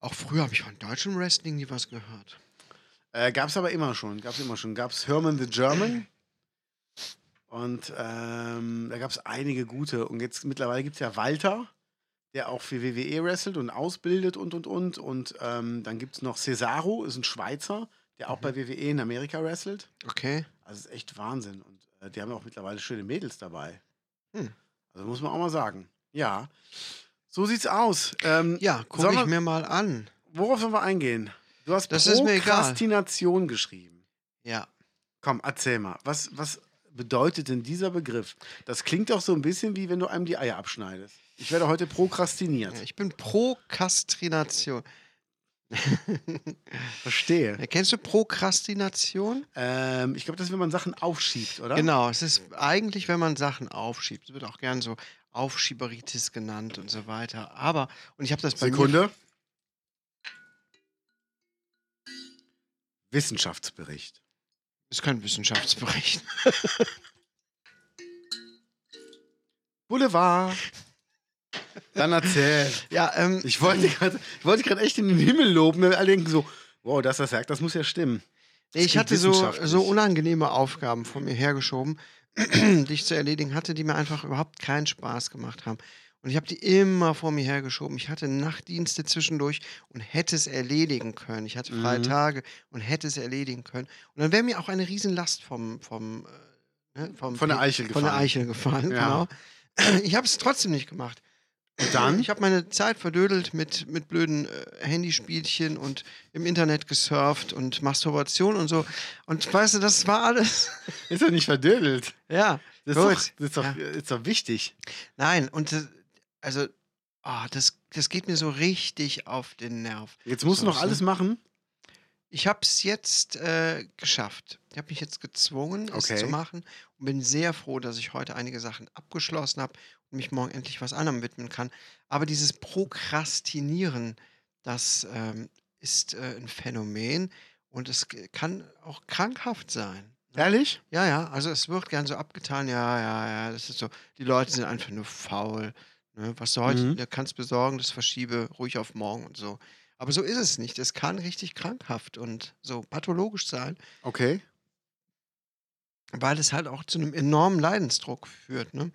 Speaker 2: Auch früher habe ich von deutschem Wrestling nie was gehört.
Speaker 1: Äh, gab's aber immer schon, gab's immer schon. Gab's Herman the German. Und ähm, da gab's einige gute. Und jetzt mittlerweile gibt's ja Walter, der auch für WWE wrestelt und ausbildet und und und. Und ähm, dann gibt's noch Cesaro, ist ein Schweizer, der auch
Speaker 2: Mhm.
Speaker 1: bei WWE in Amerika wrestelt.
Speaker 2: Okay.
Speaker 1: Also ist echt Wahnsinn. Und äh, die haben auch mittlerweile schöne Mädels dabei.
Speaker 2: Hm.
Speaker 1: Also muss man auch mal sagen. Ja. So sieht's aus. Ähm,
Speaker 2: Ja, gucke
Speaker 1: Sollen
Speaker 2: ich
Speaker 1: wir-
Speaker 2: mir mal an.
Speaker 1: Worauf sollen wir eingehen? Du hast
Speaker 2: Das ist mir egal.
Speaker 1: Prokrastination geschrieben.
Speaker 2: Ja.
Speaker 1: Komm, erzähl mal. Was, was bedeutet denn dieser Begriff? Das klingt doch so ein bisschen wie wenn du einem die Eier abschneidest. Ich werde heute prokrastiniert.
Speaker 2: ja ich bin Prokrastination. Äh,
Speaker 1: Verstehe.
Speaker 2: Kennst du Prokrastination?
Speaker 1: Ähm, ich glaube, das ist, wenn man Sachen aufschiebt, oder?
Speaker 2: Genau, es ist eigentlich, wenn man Sachen aufschiebt. Es wird auch gern so Aufschieberitis genannt und so weiter. Aber, und ich habe das bei mir.
Speaker 1: Sekunde. Wissenschaftsbericht.
Speaker 2: Das ist kein Wissenschaftsbericht.
Speaker 1: Boulevard. Dann erzähl.
Speaker 2: Ja, ähm,
Speaker 1: Ich wollte gerade ich wollte gerade echt in den Himmel loben. weil Alle denken so, wow, das, was er sagt, das muss ja stimmen.
Speaker 2: Nee, ich
Speaker 1: klingt
Speaker 2: hatte so,
Speaker 1: wissenschaftlich.
Speaker 2: so unangenehme Aufgaben vor mir hergeschoben, [CLEARS THROAT] die ich zu erledigen hatte, die mir einfach überhaupt keinen Spaß gemacht haben. Und ich habe die immer vor mir hergeschoben. Ich hatte Nachtdienste zwischendurch und hätte es erledigen können. Ich hatte freie
Speaker 1: Mhm.
Speaker 2: Tage und hätte es erledigen können. Und dann wäre mir auch eine Riesenlast vom, vom, äh, ne, vom
Speaker 1: Von der Eichel
Speaker 2: von der
Speaker 1: gefallen.
Speaker 2: Eichel gefallen.
Speaker 1: Ja.
Speaker 2: Genau. [CLEARS THROAT] Ich habe es trotzdem nicht gemacht.
Speaker 1: Und
Speaker 2: [LAUGHS]
Speaker 1: dann?
Speaker 2: Ich habe meine Zeit verdödelt mit, mit blöden äh, Handyspielchen und im Internet gesurft und Masturbation und so. Und weißt du, das war alles. [LAUGHS]
Speaker 1: Ist doch nicht verdödelt.
Speaker 2: ja,
Speaker 1: Das ist,
Speaker 2: gut.
Speaker 1: doch, das ist, doch,
Speaker 2: Ja.
Speaker 1: das ist doch wichtig.
Speaker 2: Nein, und äh, also, ah, das, das geht mir so richtig auf den Nerv.
Speaker 1: Jetzt musst du noch
Speaker 2: So,
Speaker 1: alles machen.
Speaker 2: Ich habe es jetzt äh, geschafft. Ich habe mich jetzt gezwungen,
Speaker 1: Okay.
Speaker 2: es zu machen und bin sehr froh, dass ich heute einige Sachen abgeschlossen habe und mich morgen endlich was anderem widmen kann. Aber dieses Prokrastinieren, das ähm, ist äh, ein Phänomen und es g- kann auch krankhaft sein.
Speaker 1: Ehrlich?
Speaker 2: Ja, ja, also es wird gern so abgetan, ja, ja, ja, das ist so, die Leute sind einfach nur faul. Ne? Was du heute
Speaker 1: Mhm.
Speaker 2: ne, kannst besorgen, das verschiebe ruhig auf morgen und so. Aber so ist es nicht. Es kann richtig krankhaft und so pathologisch sein,
Speaker 1: Okay.
Speaker 2: weil es halt auch zu einem enormen Leidensdruck führt, ne?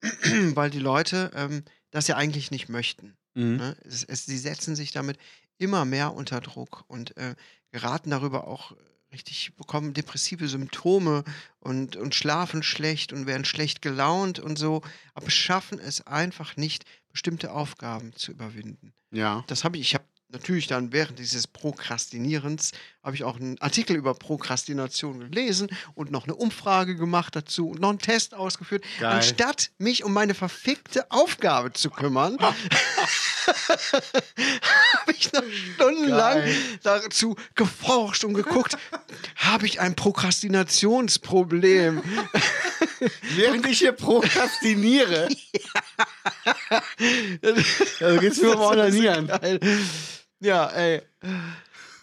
Speaker 2: [CLEARS THROAT] weil die Leute ähm, das ja eigentlich nicht möchten.
Speaker 1: Mhm.
Speaker 2: Ne? Es, es, sie setzen sich damit immer mehr unter Druck und äh, geraten darüber auch richtig, bekommen depressive Symptome und, und schlafen schlecht und werden schlecht gelaunt und so, aber schaffen es einfach nicht, bestimmte Aufgaben zu überwinden.
Speaker 1: Ja.
Speaker 2: Das habe ich, ich habe natürlich dann während dieses Prokrastinierens, habe ich auch einen Artikel über Prokrastination gelesen und noch eine Umfrage gemacht dazu und noch einen Test ausgeführt,
Speaker 1: Geil.
Speaker 2: anstatt mich um meine verfickte Aufgabe
Speaker 1: [LAUGHS]
Speaker 2: zu kümmern. habe ich noch stundenlang
Speaker 1: Geil.
Speaker 2: dazu geforscht und geguckt, habe ich ein Prokrastinationsproblem?
Speaker 1: Während ich hier [LAUGHS] prokrastiniere. Also geht's
Speaker 2: [LAUGHS]
Speaker 1: mir um Ordinieren.
Speaker 2: Geil. Ja, ey.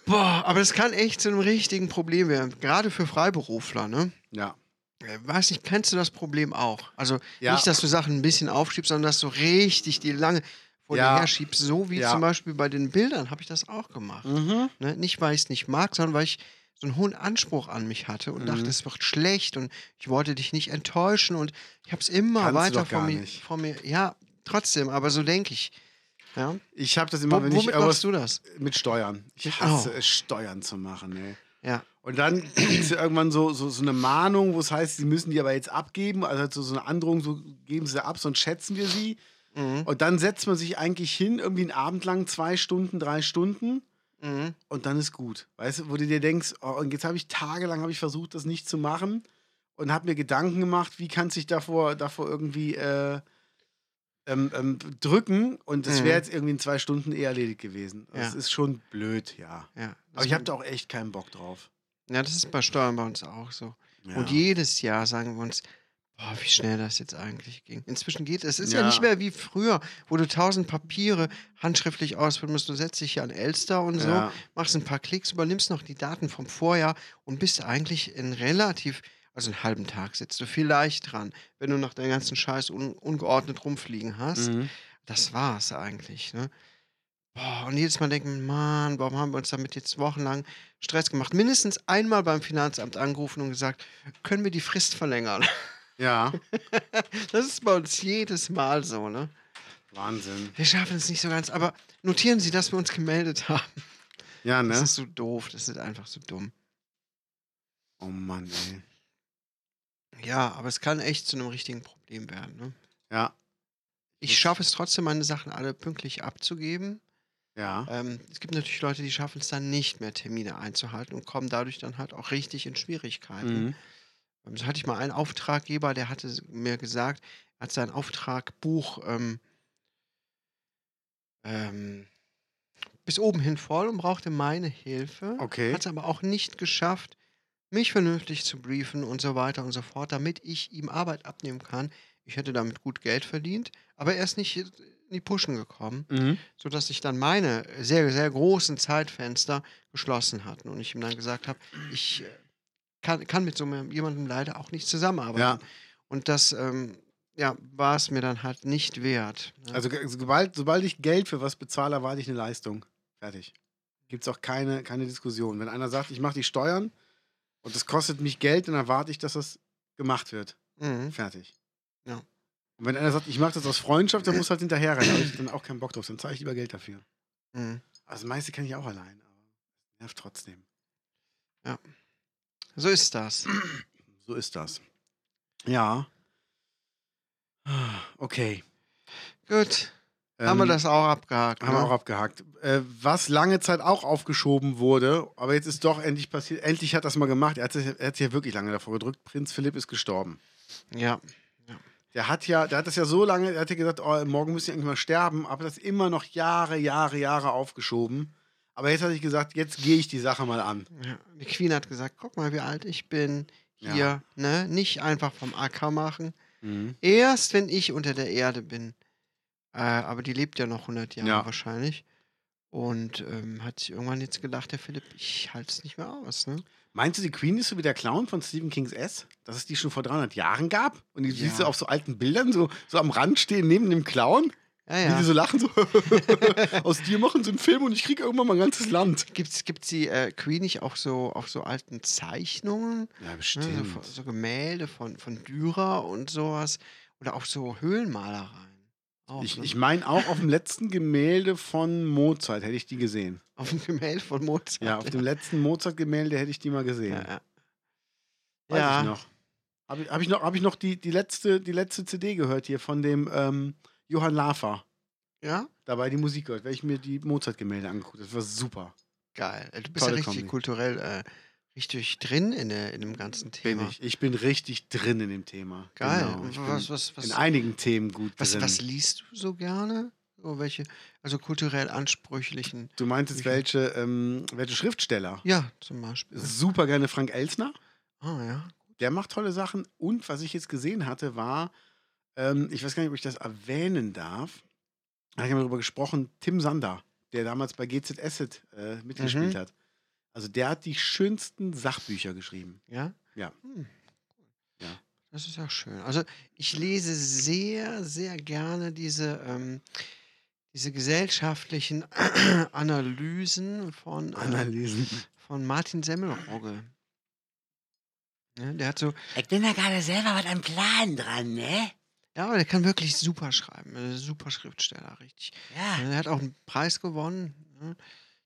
Speaker 2: Boah, aber das kann echt zu einem richtigen Problem werden. Gerade für Freiberufler, ne?
Speaker 1: Ja.
Speaker 2: Äh, Weiß nicht, kennst du das Problem auch? Also
Speaker 1: Ja.
Speaker 2: nicht, dass du Sachen ein bisschen aufschiebst, sondern dass du richtig die lange vor
Speaker 1: Ja.
Speaker 2: dir her schiebst. So wie
Speaker 1: Ja.
Speaker 2: zum Beispiel bei den Bildern habe ich das auch gemacht.
Speaker 1: Mhm.
Speaker 2: Ne? Nicht, weil ich es nicht mag, sondern weil ich so einen hohen Anspruch an mich hatte und
Speaker 1: Mhm.
Speaker 2: dachte, es wird schlecht und ich wollte dich nicht enttäuschen und ich habe es immer
Speaker 1: Kannst du
Speaker 2: weiter
Speaker 1: doch gar
Speaker 2: vor mir,
Speaker 1: nicht.
Speaker 2: vor mir. Ja, trotzdem, aber so denke ich. Ja?
Speaker 1: Ich habe das immer,
Speaker 2: Wo,
Speaker 1: wenn ich
Speaker 2: womit machst
Speaker 1: irgendwas
Speaker 2: du das?
Speaker 1: mit Steuern. Ich
Speaker 2: Mit-
Speaker 1: hasse
Speaker 2: Oh.
Speaker 1: es, Steuern zu machen, ey.
Speaker 2: Ja.
Speaker 1: Und dann gibt es irgendwann so, so, so eine Mahnung, wo es heißt, sie müssen die aber jetzt abgeben. Also halt so, so eine Androhung, so geben sie ab, sonst schätzen wir sie.
Speaker 2: Mhm.
Speaker 1: Und dann setzt man sich eigentlich hin, irgendwie einen Abend lang, zwei Stunden, drei Stunden.
Speaker 2: Mhm.
Speaker 1: und dann ist gut. Weißt du, wo du dir denkst, oh, und jetzt habe ich tagelang habe ich versucht, das nicht zu machen und habe mir Gedanken gemacht, wie kannst du dich davor, davor irgendwie äh, ähm, ähm, drücken und das
Speaker 2: Mhm.
Speaker 1: wäre jetzt irgendwie in zwei Stunden eh erledigt gewesen.
Speaker 2: Ja.
Speaker 1: Das ist schon blöd, ja.
Speaker 2: ja.
Speaker 1: Aber ich habe da auch echt keinen Bock drauf.
Speaker 2: ja, das ist bei Steuern bei uns auch so.
Speaker 1: Ja.
Speaker 2: Und jedes Jahr sagen wir uns, boah, wie schnell das jetzt eigentlich ging. Inzwischen geht es. Es ist ja.
Speaker 1: Ja.
Speaker 2: nicht mehr wie früher, wo du tausend Papiere handschriftlich ausfüllen musst. Du setzt dich hier an Elster und so,
Speaker 1: Ja.
Speaker 2: machst ein paar Klicks, übernimmst noch die Daten vom Vorjahr und bist eigentlich in relativ, also einen halben Tag sitzt du vielleicht dran, wenn du noch deinen ganzen Scheiß un ungeordnet rumfliegen hast.
Speaker 1: Mhm.
Speaker 2: Das war's eigentlich. Ne? Boah, und jedes Mal denken, Mann, warum haben wir uns damit jetzt wochenlang Stress gemacht? Mindestens einmal beim Finanzamt angerufen und gesagt, können wir die Frist verlängern? [LAUGHS]
Speaker 1: Ja,
Speaker 2: Das ist bei uns jedes Mal so, ne?
Speaker 1: Wahnsinn.
Speaker 2: Wir schaffen es nicht so ganz, aber notieren Sie, dass wir uns gemeldet [LAUGHS] haben.
Speaker 1: Ja,
Speaker 2: Das
Speaker 1: ne?
Speaker 2: ist so doof, das ist einfach so dumm.
Speaker 1: Oh Mann, ey.
Speaker 2: Ja, aber es kann echt zu einem richtigen Problem werden, ne?
Speaker 1: Ja,
Speaker 2: Ich schaffe es trotzdem, meine Sachen alle pünktlich abzugeben.
Speaker 1: ja.
Speaker 2: Ähm, es gibt natürlich Leute, die schaffen es dann nicht mehr, Termine einzuhalten und kommen dadurch dann halt auch richtig in Schwierigkeiten.
Speaker 1: Mhm.
Speaker 2: Ähm, So hatte ich mal einen Auftraggeber, der hatte s- mir gesagt, er hat sein Auftragbuch ähm, ähm, bis oben hin voll und brauchte meine Hilfe.
Speaker 1: Okay.
Speaker 2: Hat es aber auch nicht geschafft, mich vernünftig zu briefen und so weiter und so fort, damit ich ihm Arbeit abnehmen kann. Ich hätte damit gut Geld verdient, aber er ist nicht äh, in die Pushen gekommen,
Speaker 1: Mhm.
Speaker 2: sodass sich dann meine sehr, sehr großen Zeitfenster geschlossen hatten und ich ihm dann gesagt habe, ich äh, kann, kann mit so jemandem leider auch nicht zusammenarbeiten.
Speaker 1: Ja.
Speaker 2: Und das ähm, ja, war es mir dann halt nicht wert. ne?
Speaker 1: Also, ge- sobald, sobald ich Geld für was bezahle, erwarte ich eine Leistung. Fertig. Gibt es auch keine, keine Diskussion. Wenn einer sagt, ich mache die Steuern und das kostet mich Geld, dann erwarte ich, dass das gemacht wird.
Speaker 2: mhm.
Speaker 1: Fertig.
Speaker 2: Ja.
Speaker 1: Und wenn einer sagt, ich mache das aus Freundschaft, dann muss halt hinterher rein. Da habe ich dann auch keinen Bock drauf. Dann zahle ich lieber Geld dafür.
Speaker 2: Mhm.
Speaker 1: Also, das meiste kann ich auch allein. Aber nervt trotzdem.
Speaker 2: So ist das.
Speaker 1: So ist das. Ja. Ah, Okay.
Speaker 2: Gut, haben wir
Speaker 1: Ähm,
Speaker 2: das auch abgehakt.
Speaker 1: Haben
Speaker 2: ne?
Speaker 1: wir auch abgehakt. Äh, was lange Zeit auch aufgeschoben wurde, aber jetzt ist doch endlich passiert. Endlich hat das mal gemacht. Er hat sich, er hat sich ja wirklich lange davor gedrückt. Prinz Philipp ist gestorben.
Speaker 2: Ja.
Speaker 1: Der hat ja, der hat das ja so lange, er hat ja gesagt, oh, morgen müssen ich eigentlich mal sterben, aber das immer noch Jahre, Jahre, Jahre aufgeschoben. Aber jetzt hat ich gesagt, jetzt gehe ich die Sache mal an.
Speaker 2: ja. Die Queen hat gesagt, guck mal, wie alt ich bin.
Speaker 1: Ja.
Speaker 2: Hier, ne? Nicht einfach vom Acker machen. Mhm. Erst wenn ich unter der Erde bin. Äh, aber die lebt ja noch 100 Jahre
Speaker 1: Ja.
Speaker 2: wahrscheinlich. Und ähm, hat sich irgendwann jetzt gedacht, der Philipp, ich halte es nicht mehr aus. Ne?
Speaker 1: Meinst du, die Queen ist so wie der Clown von Stephen Kings S, dass es die schon vor 300 Jahren gab? Und die
Speaker 2: Ja.
Speaker 1: siehst du auf so alten Bildern so, so am Rand stehen neben dem Clown?
Speaker 2: Ja,
Speaker 1: Wie
Speaker 2: ja.
Speaker 1: die so lachen, so [LAUGHS] aus dir machen sie einen Film und ich kriege irgendwann mein ganzes Land.
Speaker 2: [LAUGHS] Gibt's, gibt's die äh, Queen nicht auch so auf so alten Zeichnungen?
Speaker 1: Ja,
Speaker 2: Ne? So, von- so Gemälde von, von Dürer und sowas. Oder auch so Höhlenmalereien. Auch,
Speaker 1: Ich,
Speaker 2: ne?
Speaker 1: ich meine auch auf dem letzten Gemälde von Mozart hätte ich die gesehen.
Speaker 2: Auf dem [LAUGHS] Gemälde von Mozart.
Speaker 1: Ja, auf dem letzten Mozart-Gemälde hätte ich die mal gesehen.
Speaker 2: Ja, ja.
Speaker 1: Weiß
Speaker 2: Ja.
Speaker 1: ich noch. Habe ich, hab ich noch, hab ich noch die, die, letzte, die letzte CD gehört hier von dem ähm, Johann Lafer.
Speaker 2: ja?
Speaker 1: Dabei die Musik gehört, weil ich mir die Mozart-Gemälde angeguckt habe. Das war super.
Speaker 2: Geil. Äh, Du bist ja
Speaker 1: Tolle
Speaker 2: richtig
Speaker 1: Kombi.
Speaker 2: kulturell äh, richtig drin in, der, in dem ganzen Thema.
Speaker 1: Bin ich. Ich bin richtig drin in dem Thema.
Speaker 2: Geil.
Speaker 1: Genau.
Speaker 2: Und
Speaker 1: Ich
Speaker 2: was,
Speaker 1: bin
Speaker 2: was, was,
Speaker 1: in einigen Themen gut
Speaker 2: was,
Speaker 1: drin.
Speaker 2: was liest du so gerne? So welche, also kulturell ansprüchlichen.
Speaker 1: du meintest, welche, ähm, welche Schriftsteller?
Speaker 2: Ja, zum Beispiel.
Speaker 1: Super gerne Frank Elsner.
Speaker 2: Ah, ja.
Speaker 1: Der macht tolle Sachen. Und was ich jetzt gesehen hatte, war, ähm, ich weiß gar nicht, ob ich das erwähnen darf. Da habe ich mal darüber gesprochen, Tim Sander, der damals bei GZ Asset äh, mitgespielt
Speaker 2: Mhm.
Speaker 1: hat. Also der hat die schönsten Sachbücher geschrieben.
Speaker 2: Ja?
Speaker 1: Ja.
Speaker 2: Hm.
Speaker 1: Ja.
Speaker 2: Das ist ja schön. Also ich lese sehr, sehr gerne diese, ähm, diese gesellschaftlichen [CLEARS THROAT] Analysen von, äh,
Speaker 1: Analysen.
Speaker 2: von Martin Semmelrogge. Ne, der hat so,
Speaker 1: [LAUGHS] Ich bin da gerade selber mit einem Plan dran, ne?
Speaker 2: ja, aber der kann wirklich super schreiben. äh, Super Schriftsteller, richtig.
Speaker 1: Ja.
Speaker 2: Er hat auch einen Preis gewonnen. Ne?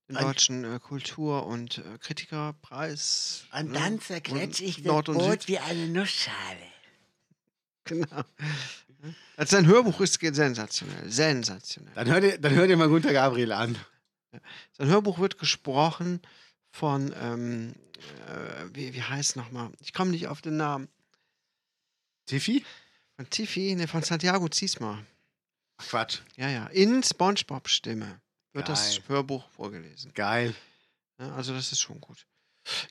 Speaker 2: Den
Speaker 1: Ah. Ein-
Speaker 2: Deutschen äh, Kultur- und äh, Kritikerpreis.
Speaker 1: Mhm.
Speaker 2: ne? Und Nord und Süd.
Speaker 1: wie eine Nussschale.
Speaker 2: Genau. Also sein Hörbuch ist ge- sensationell. Sensationell.
Speaker 1: Dann hört ihr, dann hört ihr mal Gunter Gabriel an.
Speaker 2: Sein Hörbuch wird gesprochen von, ähm, äh, wie, wie heißt nochmal? Ich komme nicht auf den Namen.
Speaker 1: Tiffy?
Speaker 2: Von Tiffy, ne, von Santiago Ziesma.
Speaker 1: Ach, Quatsch.
Speaker 2: Ja, ja. In Spongebob-Stimme wird das
Speaker 1: Geil.
Speaker 2: Hörbuch vorgelesen.
Speaker 1: Geil.
Speaker 2: Ne, also, das ist schon gut.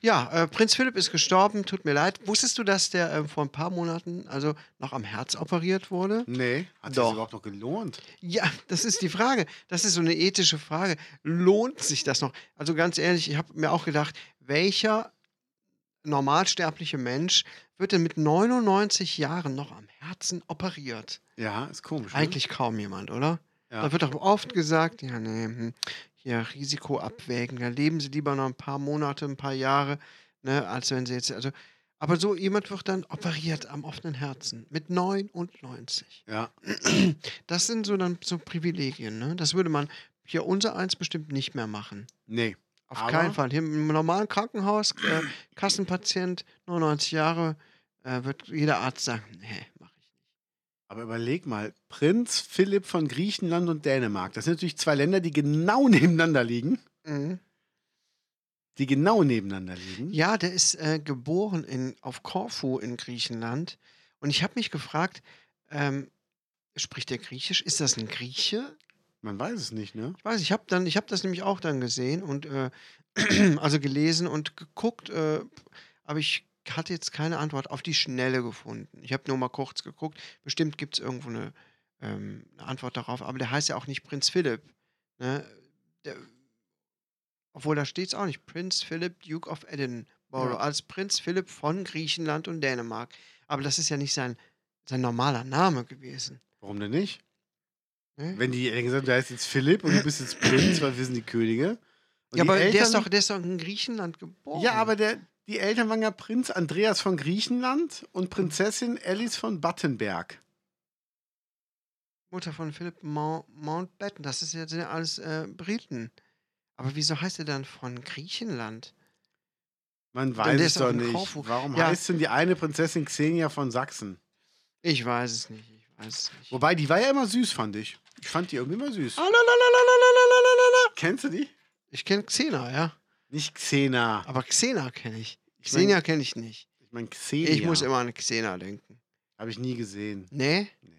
Speaker 2: Ja, äh, Prinz Philipp ist gestorben, tut mir leid. Wusstest du, dass der äh, vor ein paar Monaten also noch am Herz operiert wurde?
Speaker 1: Nee, hat sich
Speaker 2: Doch.
Speaker 1: das überhaupt noch gelohnt?
Speaker 2: Ja, [LAUGHS] das ist die Frage. Das ist so eine ethische Frage. Lohnt sich das noch? Also ganz ehrlich, ich habe mir auch gedacht, welcher normalsterbliche Mensch wird denn mit 99 Jahren noch am Herzen operiert?
Speaker 1: Ja, ist komisch. ne?
Speaker 2: Eigentlich kaum jemand, oder?
Speaker 1: Ja.
Speaker 2: Da wird auch oft gesagt, ja, nee, hm, hier Risiko abwägen, da leben sie lieber noch ein paar Monate, ein paar Jahre, ne, als wenn sie jetzt, also, aber so jemand wird dann operiert am offenen Herzen mit 99.
Speaker 1: Ja.
Speaker 2: Das sind so dann so Privilegien, ne? Das würde man hier unser eins bestimmt nicht mehr machen.
Speaker 1: Nee.
Speaker 2: Auf
Speaker 1: Aber-
Speaker 2: keinen Fall. Hier im normalen Krankenhaus, äh, Kassenpatient, 99 Jahre, äh, wird jeder Arzt sagen, nee, mach ich nicht.
Speaker 1: Aber überleg mal, Prinz Philipp von Griechenland und Dänemark, das sind natürlich zwei Länder, die genau [LAUGHS] nebeneinander liegen.
Speaker 2: Mhm.
Speaker 1: Die genau nebeneinander liegen.
Speaker 2: Ja, der ist äh, geboren in, auf Korfu in Griechenland. Und ich habe mich gefragt, ähm, spricht der Griechisch? Ist das ein Grieche?
Speaker 1: Man weiß es nicht, ne?
Speaker 2: Ich weiß, ich habe dann, ich habe das nämlich auch dann gesehen und äh, [CLEARS THROAT] also gelesen und geguckt, äh, aber ich hatte jetzt keine Antwort auf die Schnelle gefunden. Ich habe nur mal kurz geguckt. Bestimmt gibt es irgendwo eine, ähm, eine Antwort darauf, aber der heißt ja auch nicht Prinz Philipp. Ne? Der, obwohl da steht es auch nicht. Prinz Philipp, Duke of Edinburgh,
Speaker 1: Ja.
Speaker 2: als Prinz Philipp von Griechenland und Dänemark. Aber das ist ja nicht sein, sein normaler Name gewesen.
Speaker 1: Warum denn nicht?
Speaker 2: Ne?
Speaker 1: Wenn die Eltern gesagt haben, du heißt jetzt Philipp und du bist jetzt Prinz, weil wir sind die Könige. Und
Speaker 2: ja,
Speaker 1: die
Speaker 2: aber der,
Speaker 1: Eltern-
Speaker 2: ist doch, der ist doch in Griechenland geboren.
Speaker 1: Ja, aber der, die Eltern waren ja Prinz Andreas von Griechenland und Prinzessin Alice von Battenberg.
Speaker 2: Mutter von Philipp Mount Mountbatten. Das ist ja, sind ja alles äh, Briten. Aber wieso heißt er dann von Griechenland?
Speaker 1: Man
Speaker 2: der
Speaker 1: weiß es
Speaker 2: ist auch
Speaker 1: doch
Speaker 2: in
Speaker 1: nicht.
Speaker 2: Korfu.
Speaker 1: Warum
Speaker 2: Ja.
Speaker 1: heißt denn die eine Prinzessin Xenia von Sachsen?
Speaker 2: Ich weiß es nicht. Ich weiß es nicht.
Speaker 1: Wobei, die war ja immer süß, fand ich. Ich fand die irgendwie immer süß.
Speaker 2: Alalalalalalalala.
Speaker 1: Kennst du die?
Speaker 2: Ich kenne Xena, ja.
Speaker 1: Nicht Xena.
Speaker 2: Aber Xena kenne ich.
Speaker 1: Ich mein-
Speaker 2: Xenia kenne ich nicht.
Speaker 1: Ich meine, Xenia.
Speaker 2: Ich muss immer an Xena denken.
Speaker 1: Habe ich nie gesehen.
Speaker 2: Nee?
Speaker 1: Nee.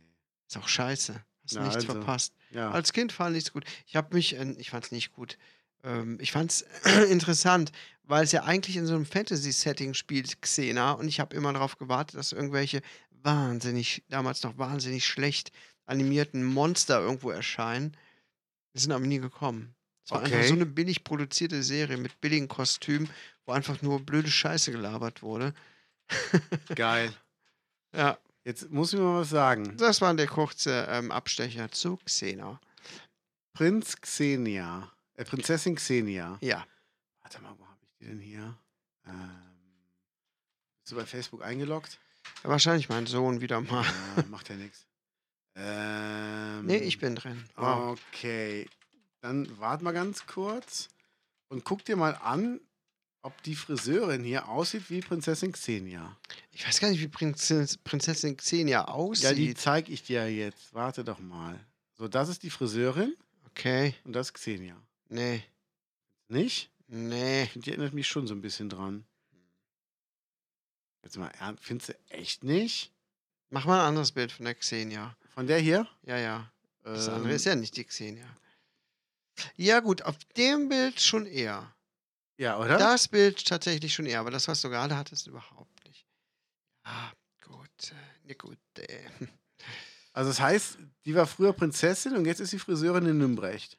Speaker 2: Ist auch scheiße. Hast
Speaker 1: Na,
Speaker 2: nichts
Speaker 1: also.
Speaker 2: verpasst.
Speaker 1: Ja.
Speaker 2: Als Kind fand ich es gut. Ich habe mich, äh, ich fand es nicht gut. Ähm, ich fand es [CLEARS THROAT] interessant, weil es ja eigentlich in so einem Fantasy-Setting spielt, Xena. Und ich habe immer darauf gewartet, dass irgendwelche wahnsinnig, damals noch wahnsinnig schlecht animierten Monster irgendwo erscheinen. Die sind aber nie gekommen. Es war
Speaker 1: Okay.
Speaker 2: einfach so eine billig produzierte Serie mit billigen Kostümen, wo einfach nur blöde Scheiße gelabert wurde.
Speaker 1: Geil.
Speaker 2: Ja,
Speaker 1: Jetzt muss ich mir mal was sagen.
Speaker 2: das war der kurze ähm, Abstecher zu Xena.
Speaker 1: Prinz Xenia. Äh, Prinzessin Xenia.
Speaker 2: Ja.
Speaker 1: Warte mal, wo habe ich die denn hier? Ähm, bist du bei Facebook eingeloggt?
Speaker 2: Wahrscheinlich mein Sohn wieder mal.
Speaker 1: Ja, macht ja nichts. Ähm, ah. oh.
Speaker 2: Nee, ich bin drin. Oh. Wow.
Speaker 1: Okay. Dann warte mal ganz kurz und guck dir mal an, ob die Friseurin hier aussieht wie Prinzessin Xenia.
Speaker 2: Ich weiß gar nicht, wie Prinzess Prinzessin Xenia aussieht.
Speaker 1: Ja, die zeige ich dir jetzt. Warte doch mal. So, das ist die Friseurin
Speaker 2: okay.
Speaker 1: und das ist Xenia.
Speaker 2: Nee.
Speaker 1: Nicht?
Speaker 2: Nee.
Speaker 1: Ich finde, die erinnert mich schon so ein bisschen dran. Jetzt mal ernst, findest du echt nicht?
Speaker 2: Mach mal ein anderes Bild von der Xenia.
Speaker 1: Von der hier?
Speaker 2: Ja, ja. Das
Speaker 1: Ähm,
Speaker 2: andere ist ja nicht die Xenia. Ja, gut, auf dem Bild schon eher.
Speaker 1: ja, oder?
Speaker 2: Das Bild tatsächlich schon eher, aber das, was du gerade hattest, überhaupt nicht. Ah, gut. äh, Ne, gut. äh. [LAUGHS]
Speaker 1: Also das heißt, die war früher Prinzessin und jetzt ist sie Friseurin in Nümbrecht.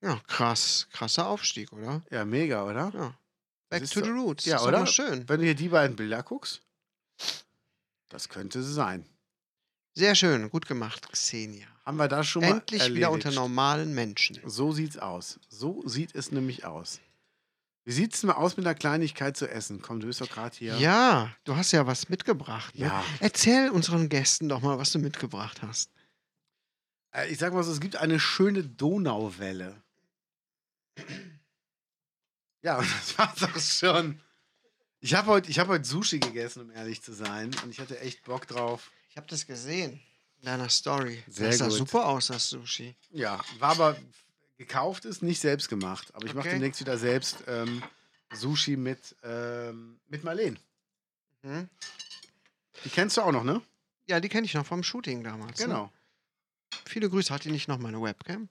Speaker 2: Ja, krass. Krasser Aufstieg, oder?
Speaker 1: Ja, mega, oder?
Speaker 2: Ja. Back
Speaker 1: Siehst
Speaker 2: to
Speaker 1: du?
Speaker 2: the roots.
Speaker 1: Ja,
Speaker 2: Ist doch
Speaker 1: oder?
Speaker 2: mal Schön.
Speaker 1: Wenn du hier die beiden Bilder guckst, das könnte sie sein.
Speaker 2: Sehr schön. Gut gemacht, Xenia.
Speaker 1: Haben wir das schon mal
Speaker 2: Endlich wieder
Speaker 1: erledigt.
Speaker 2: unter normalen Menschen.
Speaker 1: So sieht's aus. So sieht es nämlich aus. Wie sieht's denn mal aus mit einer Kleinigkeit zu essen? Komm, du bist doch gerade hier.
Speaker 2: Ja. du hast ja was mitgebracht. Ne?
Speaker 1: Ja.
Speaker 2: Erzähl unseren Gästen doch mal, was du mitgebracht hast.
Speaker 1: Äh, Ich sag mal so, es gibt eine schöne Donauwelle. Ja, [LAUGHS] und das war's auch schon. Ich habe heute hab heut Sushi gegessen, um ehrlich zu sein. Und ich hatte echt Bock drauf.
Speaker 2: Ich habe das gesehen. In deiner Story.
Speaker 1: Sehr
Speaker 2: das sah
Speaker 1: gut.
Speaker 2: super aus, das Sushi.
Speaker 1: Ja, war aber gekauft ist, nicht selbst gemacht. Aber ich mache
Speaker 2: Okay.
Speaker 1: demnächst wieder selbst ähm, Sushi mit, ähm, mit Marleen.
Speaker 2: Hm?
Speaker 1: Die kennst du auch noch, ne?
Speaker 2: Ja, die kenne ich noch vom Shooting damals. Ne?
Speaker 1: Genau.
Speaker 2: Viele Grüße. Hat die nicht noch meine Webcam?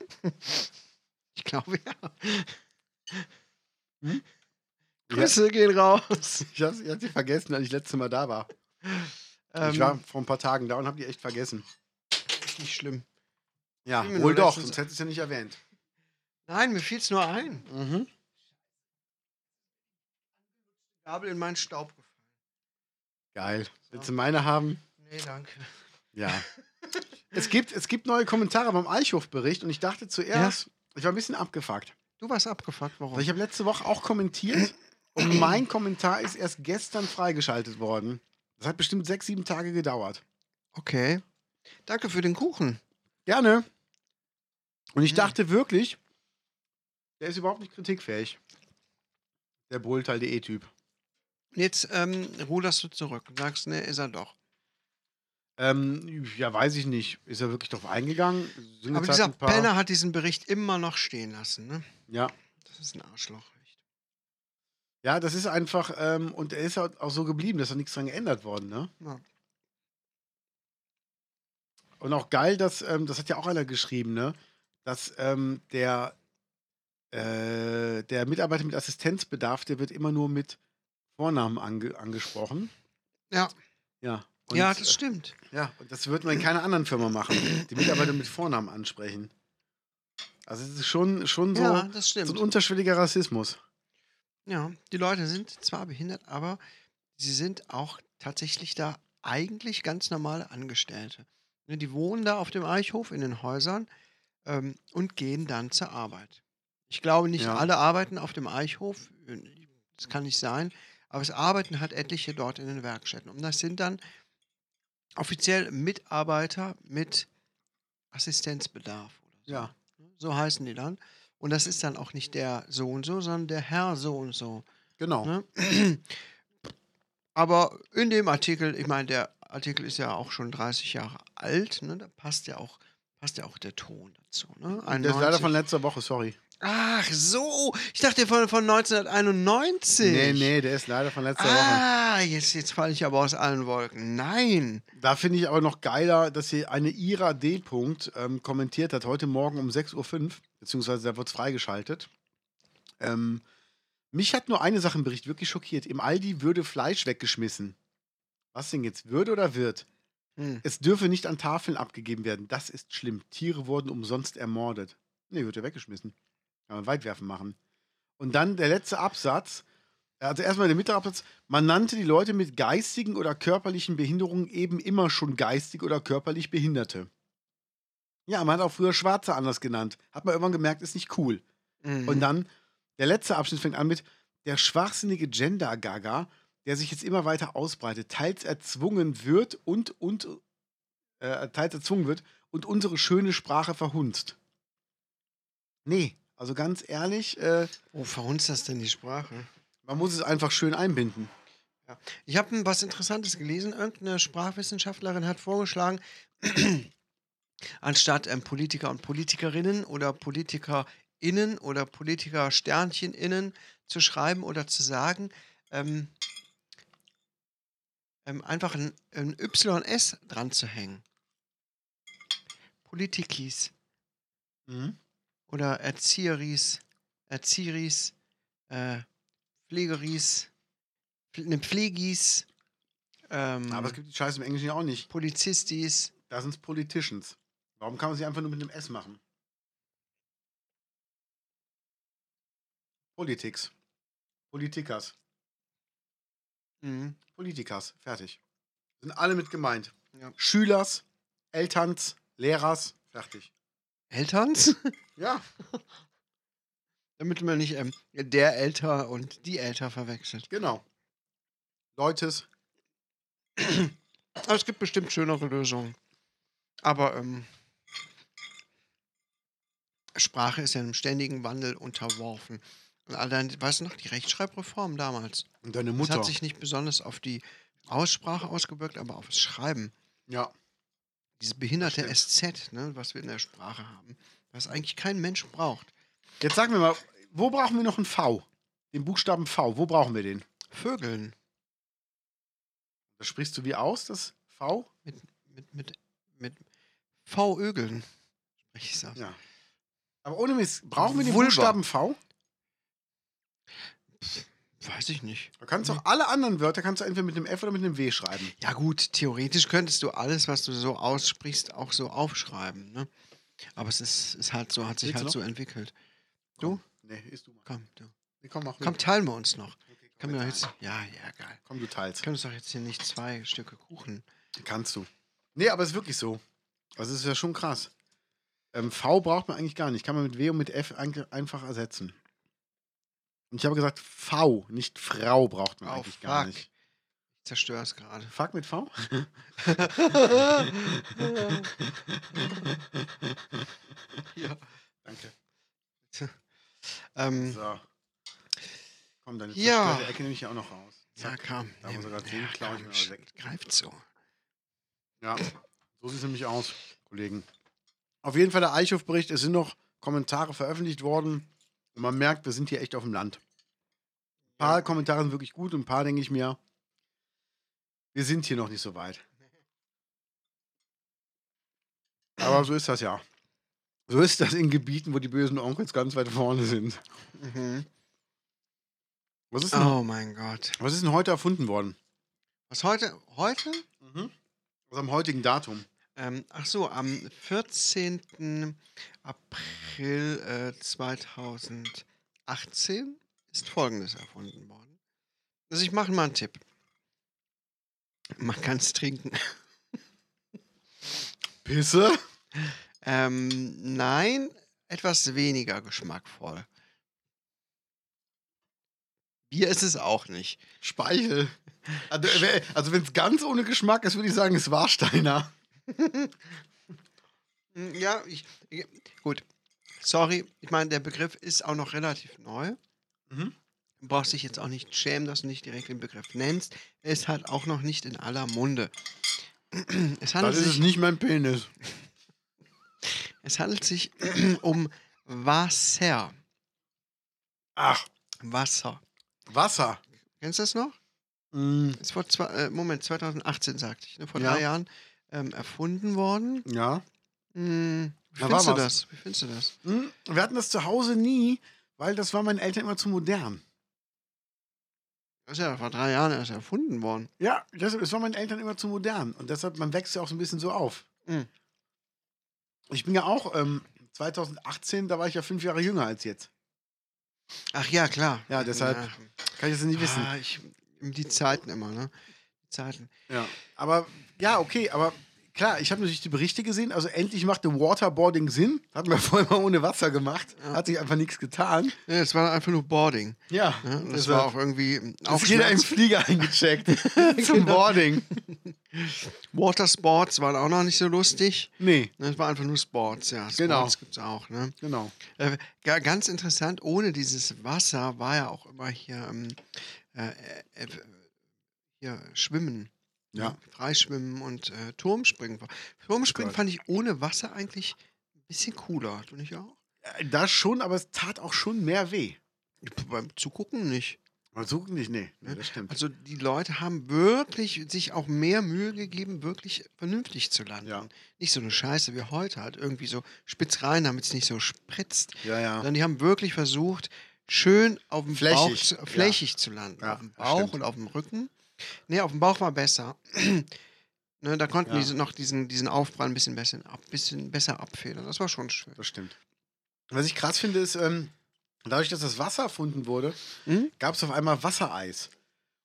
Speaker 2: [LAUGHS] ich glaube ja.
Speaker 1: Hm?
Speaker 2: Grüße gehen raus.
Speaker 1: Ich hab, ich hab sie vergessen, als ich letztes Mal da war. ich
Speaker 2: Ähm,
Speaker 1: war vor ein paar Tagen da und habe die echt vergessen.
Speaker 2: ist nicht schlimm.
Speaker 1: Ja,
Speaker 2: bin mir
Speaker 1: wohl
Speaker 2: nur
Speaker 1: doch,
Speaker 2: letztens-
Speaker 1: sonst hättest du es ja nicht erwähnt.
Speaker 2: Nein, mir fiel es nur ein.
Speaker 1: Mhm.
Speaker 2: Gabel in meinen Staub gefallen.
Speaker 1: Geil. Willst du meine haben?
Speaker 2: Nee, danke.
Speaker 1: Ja. Es gibt, es gibt neue Kommentare beim Eichhoff-Bericht und ich dachte zuerst, ich war ein bisschen abgefuckt.
Speaker 2: Du warst abgefuckt, warum?
Speaker 1: Weil ich habe letzte Woche auch kommentiert und mein Kommentar ist erst gestern freigeschaltet worden. Das hat bestimmt sechs, sieben Tage gedauert.
Speaker 2: Okay. Danke für den Kuchen.
Speaker 1: Gerne. Und ich
Speaker 2: Mhm.
Speaker 1: dachte wirklich, der ist überhaupt nicht kritikfähig. Der Bohlteil.de-Typ.
Speaker 2: Jetzt ähm, ruderst du zurück und sagst, ne, ist er doch.
Speaker 1: Ähm, ja, weiß ich nicht. Ist er wirklich drauf eingegangen? Sind
Speaker 2: Aber
Speaker 1: jetzt
Speaker 2: dieser
Speaker 1: halt ein paar-
Speaker 2: Penner hat diesen Bericht immer noch stehen lassen, ne?
Speaker 1: Ja.
Speaker 2: Das ist ein Arschloch. echt.
Speaker 1: ja, das ist einfach, ähm, und er ist halt auch so geblieben, dass da nichts dran geändert worden, ne?
Speaker 2: Ja.
Speaker 1: Und auch geil, dass, ähm, das hat ja auch einer geschrieben, ne? Dass ähm, der, äh, der Mitarbeiter mit Assistenzbedarf, der wird immer nur mit Vornamen ange angesprochen.
Speaker 2: Ja.
Speaker 1: Ja. Und, äh,
Speaker 2: ja, das stimmt.
Speaker 1: Ja, und das wird man in keiner anderen Firma machen. Die Mitarbeiter mit Vornamen ansprechen. Also es ist schon, schon so,
Speaker 2: ja, das
Speaker 1: so ein
Speaker 2: stimmt.
Speaker 1: unterschwelliger Rassismus.
Speaker 2: Ja, die Leute sind zwar behindert, aber sie sind auch tatsächlich da eigentlich ganz normale Angestellte. Ne, Die wohnen da auf dem Eichhof in den Häusern ähm, und gehen dann zur Arbeit. Ich glaube, nicht
Speaker 1: Ja.
Speaker 2: alle arbeiten auf dem Eichhof. Äh, Das kann nicht sein. Aber es arbeiten halt etliche dort in den Werkstätten. Und das sind dann offiziell Mitarbeiter mit Assistenzbedarf. Oder so. ne?
Speaker 1: Ja.
Speaker 2: So heißen die dann. Und das ist dann auch nicht der so und so, sondern der Herr so und so.
Speaker 1: Genau.
Speaker 2: Ne? [CLEARS THROAT] Aber in dem Artikel, ich meine, der Artikel ist ja auch schon 30 Jahre alt, ne? da passt ja auch, passt ja auch der Ton dazu. Ne?
Speaker 1: Das ist leider
Speaker 2: 91.
Speaker 1: von letzter Woche, sorry.
Speaker 2: Ach so, ich dachte von, von 1991.
Speaker 1: Nee, nee, der ist leider von letzter Woche.
Speaker 2: Ah, jetzt, jetzt falle ich aber aus allen Wolken. Nein.
Speaker 1: Da finde ich aber noch geiler, dass hier eine Ira D. -Punkt, ähm, kommentiert hat, heute Morgen um 6.05 Uhr, beziehungsweise da wird es freigeschaltet. Ähm, mich hat nur eine Sache im Bericht wirklich schockiert. Im Aldi würde Fleisch weggeschmissen. Was denn jetzt? Würde oder wird?
Speaker 2: Hm.
Speaker 1: Es dürfe nicht an Tafeln abgegeben werden. Das ist schlimm. Tiere wurden umsonst ermordet. Nee, wird ja weggeschmissen. Kann man Weitwerfen machen. Und dann der letzte Absatz. Also erstmal der mittlere Absatz. Man nannte die Leute mit geistigen oder körperlichen Behinderungen eben immer schon geistig oder körperlich Behinderte. Ja, man hat auch früher Schwarze anders genannt. Hat man irgendwann gemerkt, ist nicht cool.
Speaker 2: Mhm.
Speaker 1: Und dann, der letzte Abschnitt fängt an mit der schwachsinnige Gender-Gaga, der sich jetzt immer weiter ausbreitet, teils erzwungen wird und, und äh, teils erzwungen wird und unsere schöne Sprache verhunzt. Nee, also ganz ehrlich, äh,
Speaker 2: oh, verhunzt das denn die Sprache?
Speaker 1: man muss es einfach schön einbinden.
Speaker 2: Ich habe was Interessantes gelesen. Irgendeine Sprachwissenschaftlerin hat vorgeschlagen, [CLEARS THROAT] anstatt ähm, Politiker und Politikerinnen oder PolitikerInnen oder Politiker-SternchenInnen zu schreiben oder zu sagen, ähm, ähm, einfach ein, ein YS dran zu hängen. Politikis oder Erzieheris, Erzieheris, äh, Pflegeris, Pfl- ne Pflegis, ähm,
Speaker 1: Aber es gibt die Scheiße im Englischen ja auch nicht.
Speaker 2: Polizistis.
Speaker 1: Da sind es Politicians. Warum kann man sie einfach nur mit einem S machen? Politics. Politikers.
Speaker 2: Mhm.
Speaker 1: Politikers, fertig. Sind alle mit gemeint.
Speaker 2: Ja.
Speaker 1: Schülers, Elterns, Lehrers, fertig.
Speaker 2: Elterns?
Speaker 1: Ja.
Speaker 2: [LAUGHS] Damit man nicht ähm, der Älter und die Älter verwechselt.
Speaker 1: Genau. Leutes,
Speaker 2: Aber es gibt bestimmt schönere Lösungen. Aber ähm, Sprache ist ja einem ständigen Wandel unterworfen. Und allein, weißt du noch, die Rechtschreibreform damals.
Speaker 1: und deine
Speaker 2: Das
Speaker 1: Mutter.
Speaker 2: hat sich nicht besonders auf die Aussprache ausgewirkt, aber auf das Schreiben.
Speaker 1: ja.
Speaker 2: Dieses behinderte
Speaker 1: Das
Speaker 2: SZ, ne, was wir in der Sprache haben, was eigentlich kein Mensch braucht.
Speaker 1: Jetzt sag mir mal, wo brauchen wir noch ein V? Den Buchstaben V, wo brauchen wir den?
Speaker 2: Vögeln
Speaker 1: Das sprichst du wie aus, das V?
Speaker 2: mit, mit, mit V-Ögeln. Ich sag.
Speaker 1: Ja. Aber ohne Mist, brauchen wir den
Speaker 2: Vulva.
Speaker 1: Buchstaben V?
Speaker 2: Weiß ich nicht.
Speaker 1: Du kannst doch alle anderen Wörter kannst du entweder mit einem F oder mit einem W schreiben.
Speaker 2: Ja, gut, theoretisch könntest du alles, was du so aussprichst, auch so aufschreiben. Ne? Aber es ist, ist halt so, hat sich
Speaker 1: Willst du
Speaker 2: halt
Speaker 1: noch?
Speaker 2: so entwickelt.
Speaker 1: Nee, isst du mal.
Speaker 2: Komm, du.
Speaker 1: Nee, komm, mach mit.
Speaker 2: Komm, teilen wir uns noch.
Speaker 1: Okay, komm,
Speaker 2: Können wir
Speaker 1: wir
Speaker 2: jetzt.
Speaker 1: teilen.
Speaker 2: Ja, ja, geil.
Speaker 1: komm, du teilst.
Speaker 2: Können uns doch jetzt hier nicht zwei Stücke Kuchen.
Speaker 1: Kannst du. Nee, aber es ist wirklich so. Also das ist ja schon krass. Ähm, v braucht man eigentlich gar nicht. Kann man mit W und mit F ein- einfach ersetzen. Und ich habe gesagt, V, nicht Frau braucht man
Speaker 2: Oh,
Speaker 1: eigentlich gar
Speaker 2: fuck.
Speaker 1: nicht.
Speaker 2: Ich zerstöre es gerade.
Speaker 1: Fuck mit
Speaker 2: [LAUGHS]
Speaker 1: V?
Speaker 2: ja.
Speaker 1: Danke.
Speaker 2: Ähm,
Speaker 1: So. Komm, dann
Speaker 2: Ja.
Speaker 1: die Ecke nehme ich ja auch noch raus.
Speaker 2: ja,
Speaker 1: Zack.
Speaker 2: kam.
Speaker 1: Da muss er grad sehen, klau ich mir mal weg.
Speaker 2: Greift so.
Speaker 1: Ja, so sieht es nämlich aus, Kollegen. Auf jeden Fall der Eichhoff-Bericht. Es sind noch Kommentare veröffentlicht worden. Und man merkt, wir sind hier echt auf dem Land. Ein paar Kommentare sind wirklich gut und ein paar denke ich mir, wir sind hier noch nicht so weit. Aber so ist das ja. So ist das in Gebieten, wo die bösen Onkels ganz weit vorne sind.
Speaker 2: Mhm.
Speaker 1: Was ist denn,
Speaker 2: Oh mein Gott.
Speaker 1: was ist denn heute erfunden worden?
Speaker 2: Was heute? Heute?
Speaker 1: Also am heutigen Datum.
Speaker 2: Ähm, ach so, am 14. April äh, 2018 ist Folgendes erfunden worden. Also ich mache mal einen Tipp. Man kann es trinken.
Speaker 1: Pisse?
Speaker 2: Ähm, nein, etwas weniger geschmackvoll. Bier ist es auch nicht.
Speaker 1: Speichel. Also, wer- also wenn es ganz ohne Geschmack ist, würde ich sagen, es war Steiner.
Speaker 2: Hm, Ja, ich, ich, gut. Sorry, ich meine, der Begriff ist auch noch relativ neu.
Speaker 1: Mhm.
Speaker 2: Du brauchst dich jetzt auch nicht schämen, dass du nicht direkt den Begriff nennst. Er ist halt auch noch nicht in aller Munde. [CLEARS THROAT] Es handelt,
Speaker 1: Das ist es
Speaker 2: sich,
Speaker 1: nicht mein Penis.
Speaker 2: es handelt sich [CLEARS THROAT] um Wasser.
Speaker 1: Ach,
Speaker 2: Wasser.
Speaker 1: Wasser.
Speaker 2: Kennst du das noch?
Speaker 1: Mm,
Speaker 2: Ist vor zwei, äh, Moment, 2018 sagte ich, ne? vor
Speaker 1: Ja.
Speaker 2: drei Jahren ähm, erfunden worden.
Speaker 1: ja.
Speaker 2: Hm, wie
Speaker 1: Da war
Speaker 2: findest du
Speaker 1: was.
Speaker 2: das? Wie findest du das?
Speaker 1: Mm, wir hatten das zu Hause nie, weil das war meinen Eltern immer zu modern.
Speaker 2: Das ist ja vor drei Jahren erst erfunden worden.
Speaker 1: Ja, das, das war meinen Eltern immer zu modern. Und deshalb, man wächst ja auch so ein bisschen so auf.
Speaker 2: Mm.
Speaker 1: Ich bin ja auch ähm, 2018, da war ich ja fünf Jahre jünger als jetzt.
Speaker 2: Ach ja, klar.
Speaker 1: Ja, deshalb
Speaker 2: Ja.
Speaker 1: Kann ich das nicht wissen.
Speaker 2: Ah, ich, die Zeiten immer, ne? Die Zeiten.
Speaker 1: Ja. Aber ja, okay, aber klar, ich habe natürlich die Berichte gesehen. Also endlich machte Waterboarding Sinn. Hatten [LAUGHS] wir vorher mal ohne Wasser gemacht.
Speaker 2: Ja.
Speaker 1: Hat sich einfach nichts getan.
Speaker 2: Ja, es war einfach nur Boarding.
Speaker 1: Ja.
Speaker 2: Ne? Das,
Speaker 1: deshalb
Speaker 2: war auch irgendwie ähm, auch
Speaker 1: Ist jeder im Flieger eingecheckt.
Speaker 2: [LAUGHS]
Speaker 1: [LAUGHS] Zum
Speaker 2: Genau.
Speaker 1: Boarding.
Speaker 2: Watersports waren auch noch nicht so lustig.
Speaker 1: Nee,
Speaker 2: Ne, Es war einfach nur Sports, ja. Sports
Speaker 1: Genau.
Speaker 2: gibt es auch. Ne?
Speaker 1: [LAUGHS] genau.
Speaker 2: Äh, ga- ganz interessant, ohne dieses Wasser war ja auch immer hier, ähm, äh, äh, äh, hier Schwimmen.
Speaker 1: Ja.
Speaker 2: ne? Freischwimmen und äh, Turmspringen. Turmspringen
Speaker 1: Gott.
Speaker 2: fand ich ohne Wasser eigentlich ein bisschen cooler, du nicht auch?
Speaker 1: Äh, Das schon, aber es tat auch schon mehr weh.
Speaker 2: Ich- Beim Zugucken nicht.
Speaker 1: Mal suchen nicht, nee. nee das stimmt.
Speaker 2: Also die Leute haben wirklich sich auch mehr Mühe gegeben, wirklich vernünftig zu landen.
Speaker 1: Ja.
Speaker 2: Nicht so eine Scheiße wie heute halt irgendwie so spitz rein, damit es nicht so spritzt.
Speaker 1: Ja, ja.
Speaker 2: Sondern die haben wirklich versucht, schön auf dem Bauch,
Speaker 1: Flächig,
Speaker 2: zu,
Speaker 1: ja.
Speaker 2: flächig zu landen.
Speaker 1: Ja,
Speaker 2: auf dem
Speaker 1: das
Speaker 2: Bauch
Speaker 1: stimmt.
Speaker 2: und auf dem Rücken. Nee, auf dem Bauch war besser. [CLEARS THROAT] ne, da konnten
Speaker 1: Ja.
Speaker 2: die so noch diesen, diesen Aufprall ein bisschen besser, ab, bisschen besser abfedern. Das war schon schön.
Speaker 1: Das stimmt. Was ich krass finde, ist, ähm, dadurch, dass das Wasser erfunden wurde,
Speaker 2: Hm?
Speaker 1: gab es auf einmal Wassereis.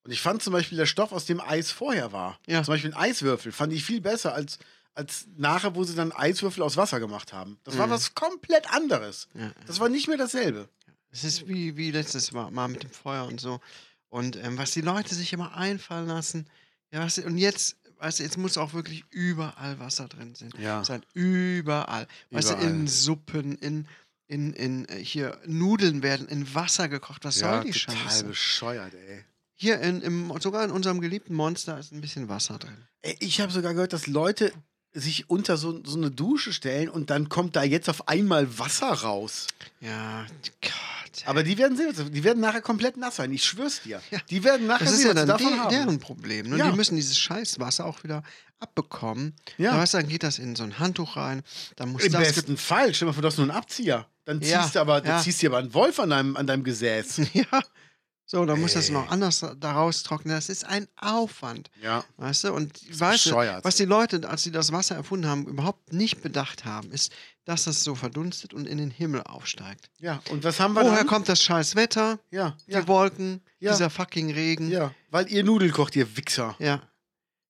Speaker 1: Und ich fand zum Beispiel der Stoff, aus dem Eis vorher war.
Speaker 2: Ja.
Speaker 1: Zum Beispiel ein Eiswürfel fand ich viel besser als, als nachher, wo sie dann Eiswürfel aus Wasser gemacht haben. Das war
Speaker 2: Mhm.
Speaker 1: was komplett anderes.
Speaker 2: Ja.
Speaker 1: Das war nicht mehr dasselbe.
Speaker 2: Es ist wie, wie letztes Mal, mal mit dem Feuer und so. Und ähm, was die Leute sich immer einfallen lassen. Ja, was, und jetzt, weißt du, jetzt muss auch wirklich überall Wasser drin sein.
Speaker 1: Ja.
Speaker 2: sein überall. Weißt du, in
Speaker 1: Überall.
Speaker 2: Suppen, in, in, in äh, hier Nudeln werden in Wasser gekocht. Was soll die
Speaker 1: total
Speaker 2: Scheiße?
Speaker 1: bescheuert, ey.
Speaker 2: Hier in, im, sogar in unserem geliebten Monster ist ein bisschen Wasser drin.
Speaker 1: Ey, Ich habe sogar gehört, dass Leute sich unter so, so eine Dusche stellen und dann kommt da jetzt auf einmal Wasser raus.
Speaker 2: Ja, Gott.
Speaker 1: Aber die werden sehen, die werden nachher komplett nass sein. Ich schwör's dir.
Speaker 2: Ja.
Speaker 1: Die werden nachher
Speaker 2: Das ist
Speaker 1: sehen,
Speaker 2: ja
Speaker 1: was sie
Speaker 2: dann
Speaker 1: davon
Speaker 2: de
Speaker 1: haben.
Speaker 2: deren Problem. Ne?
Speaker 1: Ja.
Speaker 2: Die müssen dieses Scheißwasser auch wieder abbekommen.
Speaker 1: Ja.
Speaker 2: Da weißt du, dann geht das in so ein Handtuch rein. Dann muss
Speaker 1: Im
Speaker 2: das ge-
Speaker 1: besten Fall. Stell dir mal vor, du hast nur einen Abzieher. Dann ziehst
Speaker 2: Ja,
Speaker 1: du aber,
Speaker 2: ja.
Speaker 1: dann ziehst du aber einen Wolf an deinem, an deinem Gesäß.
Speaker 2: [LAUGHS] Ja. So, dann muss das
Speaker 1: Ey.
Speaker 2: noch anders da- daraus trocknen. Das ist ein Aufwand,
Speaker 1: [LAUGHS] Ja.
Speaker 2: weißt du? Und weißt du,
Speaker 1: bescheuert.
Speaker 2: was die Leute, als sie das Wasser erfunden haben, überhaupt nicht bedacht haben, ist, dass das so verdunstet und in den Himmel aufsteigt.
Speaker 1: Ja. Und was haben wir
Speaker 2: Woher
Speaker 1: dann?
Speaker 2: kommt das scheiß Wetter?
Speaker 1: Ja.
Speaker 2: Die
Speaker 1: Ja.
Speaker 2: Wolken,
Speaker 1: Ja.
Speaker 2: dieser fucking Regen.
Speaker 1: ja. Weil ihr Nudel kocht, ihr Wichser.
Speaker 2: Ja.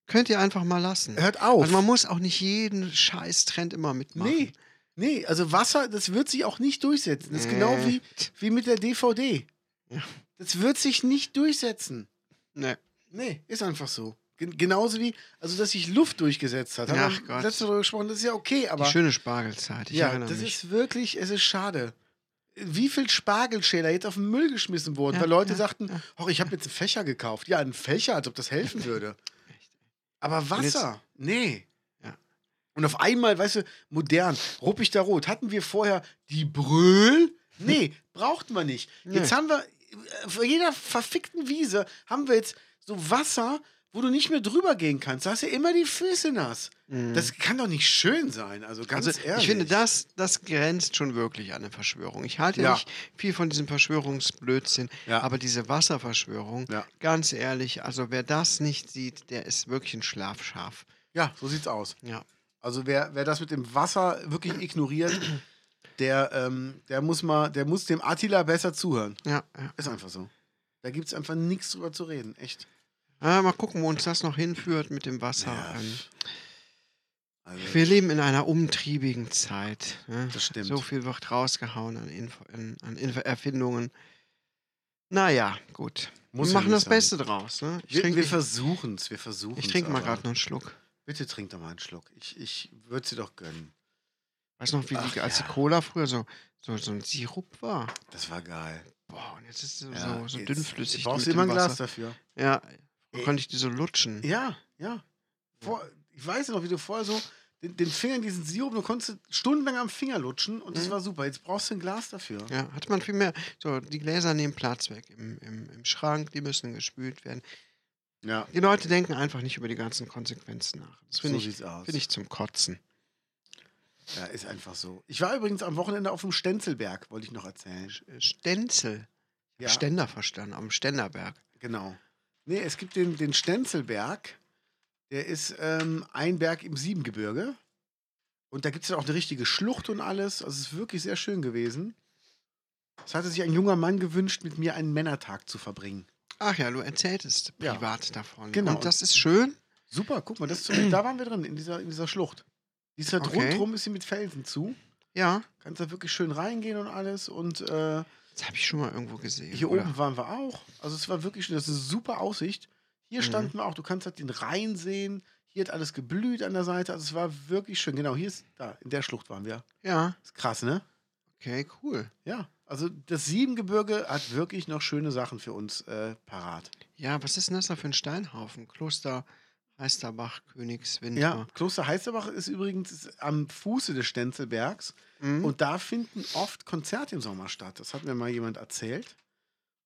Speaker 2: Könnt ihr einfach mal lassen.
Speaker 1: Hört auf.
Speaker 2: Also man muss auch nicht jeden Scheiß-Trend immer mitmachen.
Speaker 1: nee, nee, also Wasser, das wird sich auch nicht durchsetzen. Das ist
Speaker 2: Nee.
Speaker 1: genau wie, wie mit der DVD.
Speaker 2: Ja.
Speaker 1: Das wird sich nicht durchsetzen.
Speaker 2: Nee.
Speaker 1: Nee, ist einfach so. Gen genauso wie, also dass sich Luft durchgesetzt hat. Haben
Speaker 2: Ach
Speaker 1: wir
Speaker 2: Gott.
Speaker 1: letztes Mal darüber gesprochen, das ist ja okay, aber
Speaker 2: Die schöne Spargelzeit, ich
Speaker 1: ja,
Speaker 2: erinnere
Speaker 1: das
Speaker 2: mich.
Speaker 1: ist wirklich, es ist schade. Wie viel Spargelschäler jetzt auf den Müll geschmissen wurden,
Speaker 2: Ja,
Speaker 1: weil Leute
Speaker 2: ja,
Speaker 1: sagten,
Speaker 2: ja.
Speaker 1: oh, ich habe jetzt einen Fächer gekauft. Ja, einen Fächer, als ob das
Speaker 2: [LAUGHS]
Speaker 1: helfen würde. Aber Wasser, nee.
Speaker 2: Ja.
Speaker 1: Und auf einmal, weißt du, modern, ruppig da rot. Hatten wir vorher die
Speaker 2: [LAUGHS]
Speaker 1: Brühl? Nee, braucht man nicht. Jetzt
Speaker 2: Nee.
Speaker 1: haben wir, äh, auf jeder verfickten Wiese haben wir jetzt so Wasser, wo du nicht mehr drüber gehen kannst. Da hast du immer die Füße nass.
Speaker 2: Mhm.
Speaker 1: Das kann doch nicht schön sein. Also ganz
Speaker 2: also,
Speaker 1: ehrlich.
Speaker 2: ich finde, das, das grenzt schon wirklich an eine Verschwörung. Ich halte ja.
Speaker 1: Ja.
Speaker 2: nicht viel von diesem Verschwörungsblödsinn,
Speaker 1: Ja.
Speaker 2: aber diese Wasserverschwörung,
Speaker 1: Ja.
Speaker 2: ganz ehrlich, also wer das nicht sieht, der ist wirklich ein Schlafschaf.
Speaker 1: Ja, so sieht's aus.
Speaker 2: Ja.
Speaker 1: Also wer, wer das mit dem Wasser wirklich ignoriert, der, ähm, der muss mal, der muss dem Attila besser zuhören.
Speaker 2: Ja, ja.
Speaker 1: Ist einfach so. Da gibt's einfach nichts drüber zu reden, echt.
Speaker 2: Ah, mal gucken, wo uns das noch hinführt mit dem Wasser.
Speaker 1: Ja.
Speaker 2: Ähm,
Speaker 1: Also,
Speaker 2: wir leben in einer umtriebigen Zeit. Ne?
Speaker 1: das stimmt.
Speaker 2: So viel wird rausgehauen an, Info in, an Info Erfindungen. Naja, gut.
Speaker 1: Muss
Speaker 2: wir
Speaker 1: ja
Speaker 2: machen
Speaker 1: nicht
Speaker 2: das
Speaker 1: sein.
Speaker 2: Beste draus. Ne? Ich
Speaker 1: wir
Speaker 2: trinke
Speaker 1: wir
Speaker 2: ich,
Speaker 1: versuchen's, wir versuchen's.
Speaker 2: ich trink mal
Speaker 1: aber-
Speaker 2: gerade noch einen Schluck.
Speaker 1: Bitte trink doch mal einen Schluck. Ich, ich würde sie doch gönnen.
Speaker 2: Weißt du noch, wie
Speaker 1: Ach
Speaker 2: die, als
Speaker 1: ja.
Speaker 2: die Cola früher so, so, so ein Sirup war?
Speaker 1: Das war geil.
Speaker 2: Boah, und jetzt ist sie
Speaker 1: Ja,
Speaker 2: so, so
Speaker 1: jetzt-
Speaker 2: dünnflüssig.
Speaker 1: Du brauchst
Speaker 2: mit
Speaker 1: immer ein
Speaker 2: dem
Speaker 1: Glas
Speaker 2: Wasser.
Speaker 1: dafür.
Speaker 2: Ja,
Speaker 1: Ey.
Speaker 2: konnte ich die so lutschen.
Speaker 1: Ja, ja. Vor, ich weiß noch, wie du vorher so den, den Finger in diesen Sirup, du konntest stundenlang am Finger lutschen und das
Speaker 2: Mhm.
Speaker 1: war super. Jetzt brauchst du ein Glas dafür.
Speaker 2: Ja, hatte man viel mehr. So, die Gläser nehmen Platz weg im, im, im Schrank, die müssen gespült werden.
Speaker 1: Ja,
Speaker 2: Die Leute denken einfach nicht über die ganzen Konsequenzen nach. Das
Speaker 1: so
Speaker 2: finde ich,
Speaker 1: sieht's aus.
Speaker 2: find ich zum Kotzen.
Speaker 1: Ja, ist einfach so. Ich war übrigens am Wochenende auf dem Stenzelberg, wollte ich noch erzählen.
Speaker 2: Äh, Stenzel.
Speaker 1: Ja,
Speaker 2: Ständer verstanden, am Ständerberg.
Speaker 1: genau. Nee, es gibt den, den Stenzelberg. Der ist ähm, ein Berg im Siebengebirge. Und da gibt es dann auch eine richtige Schlucht und alles. Also es ist wirklich sehr schön gewesen. Es hatte sich ein junger Mann gewünscht, mit mir einen Männertag zu verbringen.
Speaker 2: Ach ja, du erzähltest
Speaker 1: Ja.
Speaker 2: privat davon.
Speaker 1: Genau.
Speaker 2: Und das ist schön.
Speaker 1: Super, guck mal, das ist so, da waren wir drin, in dieser, in dieser Schlucht. Die ist halt
Speaker 2: Okay.
Speaker 1: rundherum ist sie mit Felsen zu.
Speaker 2: Ja,
Speaker 1: Kannst da wirklich schön reingehen und alles. Und äh,
Speaker 2: das habe ich schon mal irgendwo gesehen.
Speaker 1: Hier
Speaker 2: oder?
Speaker 1: oben waren wir auch. Also es war wirklich schön. Das ist eine super Aussicht. Hier
Speaker 2: Mhm.
Speaker 1: standen wir auch. Du kannst halt den Rhein sehen. Hier hat alles geblüht an der Seite. Also es war wirklich schön. Genau, hier ist, da, in der Schlucht waren wir.
Speaker 2: Ja,
Speaker 1: Ist krass, ne?
Speaker 2: okay, cool.
Speaker 1: Ja. Also das Siebengebirge hat wirklich noch schöne Sachen für uns äh, parat.
Speaker 2: Ja, was ist denn das da für ein Steinhaufen? Kloster Heisterbach, Königswinter.
Speaker 1: Ja, Kloster Heißerbach ist übrigens ist am Fuße des Stenzelbergs.
Speaker 2: Mhm.
Speaker 1: Und da finden oft Konzerte im Sommer statt. Das hat mir mal jemand erzählt.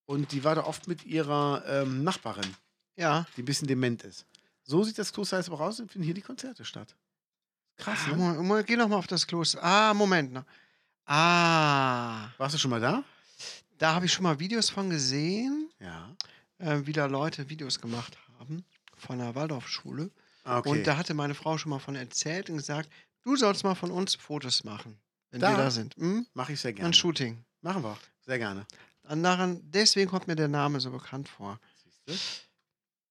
Speaker 1: Und die war da oft mit ihrer ähm, Nachbarin.
Speaker 2: ja.
Speaker 1: die ein bisschen dement ist. So sieht das Kloster jetzt aber aus und finden hier die Konzerte statt. Krass,
Speaker 2: ah,
Speaker 1: ne?
Speaker 2: Moment, Moment, geh noch mal auf das Kloster. Ah, Moment. noch. Ah,
Speaker 1: Warst du schon mal da?
Speaker 2: da habe ich schon mal Videos von gesehen,
Speaker 1: Ja.
Speaker 2: äh, wie da Leute Videos gemacht haben von der Waldorfschule.
Speaker 1: Ah, Okay.
Speaker 2: Und da hatte meine Frau schon mal von erzählt und gesagt, du sollst mal von uns Fotos machen, wenn
Speaker 1: Da?
Speaker 2: wir da sind. Hm?
Speaker 1: Mache ich sehr
Speaker 2: Ein
Speaker 1: gerne.
Speaker 2: Shooting.
Speaker 1: Machen wir. Sehr gerne.
Speaker 2: An daran, deswegen kommt mir der Name so bekannt vor.
Speaker 1: Siehste?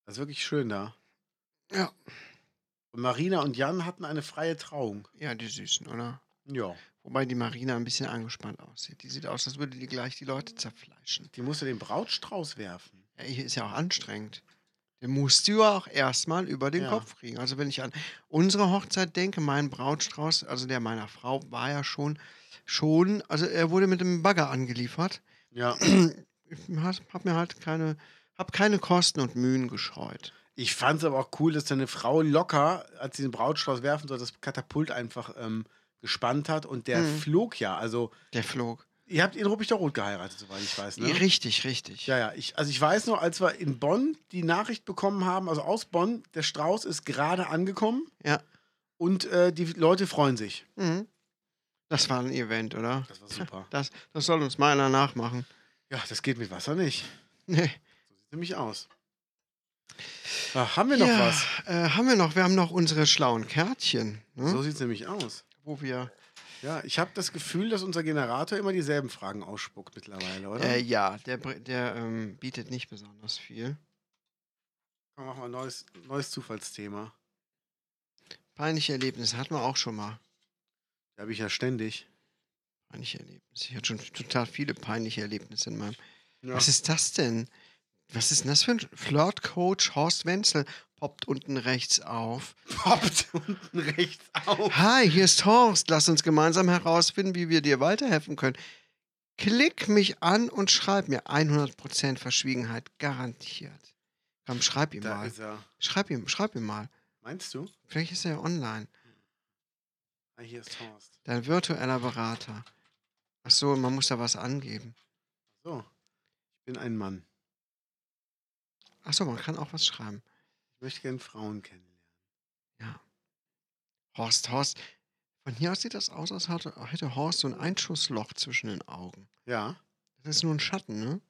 Speaker 1: Das ist wirklich schön da.
Speaker 2: Ja.
Speaker 1: Und Marina und Jan hatten eine freie Trauung.
Speaker 2: Ja, die Süßen, oder?
Speaker 1: Ja.
Speaker 2: Wobei die Marina ein bisschen angespannt aussieht. Die sieht aus, als würde die gleich die Leute zerfleischen.
Speaker 1: Die musste den Brautstrauß werfen.
Speaker 2: Ja, hier ist ja auch anstrengend. Den musst du ja auch erstmal über den
Speaker 1: Ja.
Speaker 2: Kopf kriegen. Also wenn ich an unsere Hochzeit denke, mein Brautstrauß, also der meiner Frau, war ja schon, schon, also er wurde mit einem Bagger angeliefert. [CLEARS THROAT]
Speaker 1: Ja.
Speaker 2: Ich hab mir halt keine, hab keine Kosten und Mühen gescheut.
Speaker 1: Ich fand es aber auch cool, dass deine Frau locker, als sie den Brautstrauß werfen soll, das Katapult einfach ähm, gespannt hat und der
Speaker 2: Mhm.
Speaker 1: flog ja. Also,
Speaker 2: Der flog.
Speaker 1: ihr habt in Ruppig Rot geheiratet, soweit ich weiß, ne?
Speaker 2: Richtig, richtig.
Speaker 1: Ja, ja, ich, also ich weiß noch, als wir in Bonn die Nachricht bekommen haben, also aus Bonn, der Strauß ist gerade angekommen
Speaker 2: Ja.
Speaker 1: und äh, die Leute freuen sich.
Speaker 2: Mhm. Das war ein Event, oder?
Speaker 1: Das war super. [LAUGHS]
Speaker 2: Das, das soll uns mal einer nachmachen. [LAUGHS]
Speaker 1: Ja, das geht mit Wasser nicht.
Speaker 2: Nee.
Speaker 1: So sieht nämlich aus. Ach, haben wir noch
Speaker 2: ja,
Speaker 1: was?
Speaker 2: Äh, haben wir noch? Wir haben noch unsere schlauen Kärtchen, ne?
Speaker 1: So sieht's nämlich aus.
Speaker 2: wo wir.
Speaker 1: Ja, ich habe das Gefühl, dass unser Generator immer dieselben Fragen ausspuckt mittlerweile, oder?
Speaker 2: Äh, ja, der, br- der ähm, bietet nicht besonders viel.
Speaker 1: Komm, mach mal ein neues, neues Zufallsthema.
Speaker 2: Peinliche Erlebnisse hatten wir auch schon mal.
Speaker 1: Da habe ich ja ständig.
Speaker 2: Peinliche Erlebnisse. Ich hatte schon total viele peinliche Erlebnisse in meinem.
Speaker 1: Ja.
Speaker 2: Was ist das denn? Was ist denn das für ein Flirtcoach Horst Wenzel? Poppt unten rechts auf.
Speaker 1: [LAUGHS] poppt unten rechts auf.
Speaker 2: Hi, hier ist Horst. Lass uns gemeinsam herausfinden, wie wir dir weiterhelfen können. Klick mich an und schreib mir 100% Verschwiegenheit garantiert. Komm, schreib ihm
Speaker 1: Da
Speaker 2: mal.
Speaker 1: ist er.
Speaker 2: Schreib ihm, schreib ihm mal.
Speaker 1: Meinst du?
Speaker 2: Vielleicht ist er ja online.
Speaker 1: Ah, hier ist Horst.
Speaker 2: Dein virtueller Berater. Ach so, man muss da was angeben.
Speaker 1: So. Ich bin ein Mann.
Speaker 2: Ach so, man kann auch was schreiben.
Speaker 1: Ich möchte gerne Frauen kennenlernen.
Speaker 2: Horst, Horst. Von hier aus sieht das aus, als hatte- hätte Horst so ein Einschussloch zwischen den Augen.
Speaker 1: Ja.
Speaker 2: Das ist nur ein Schatten, ne?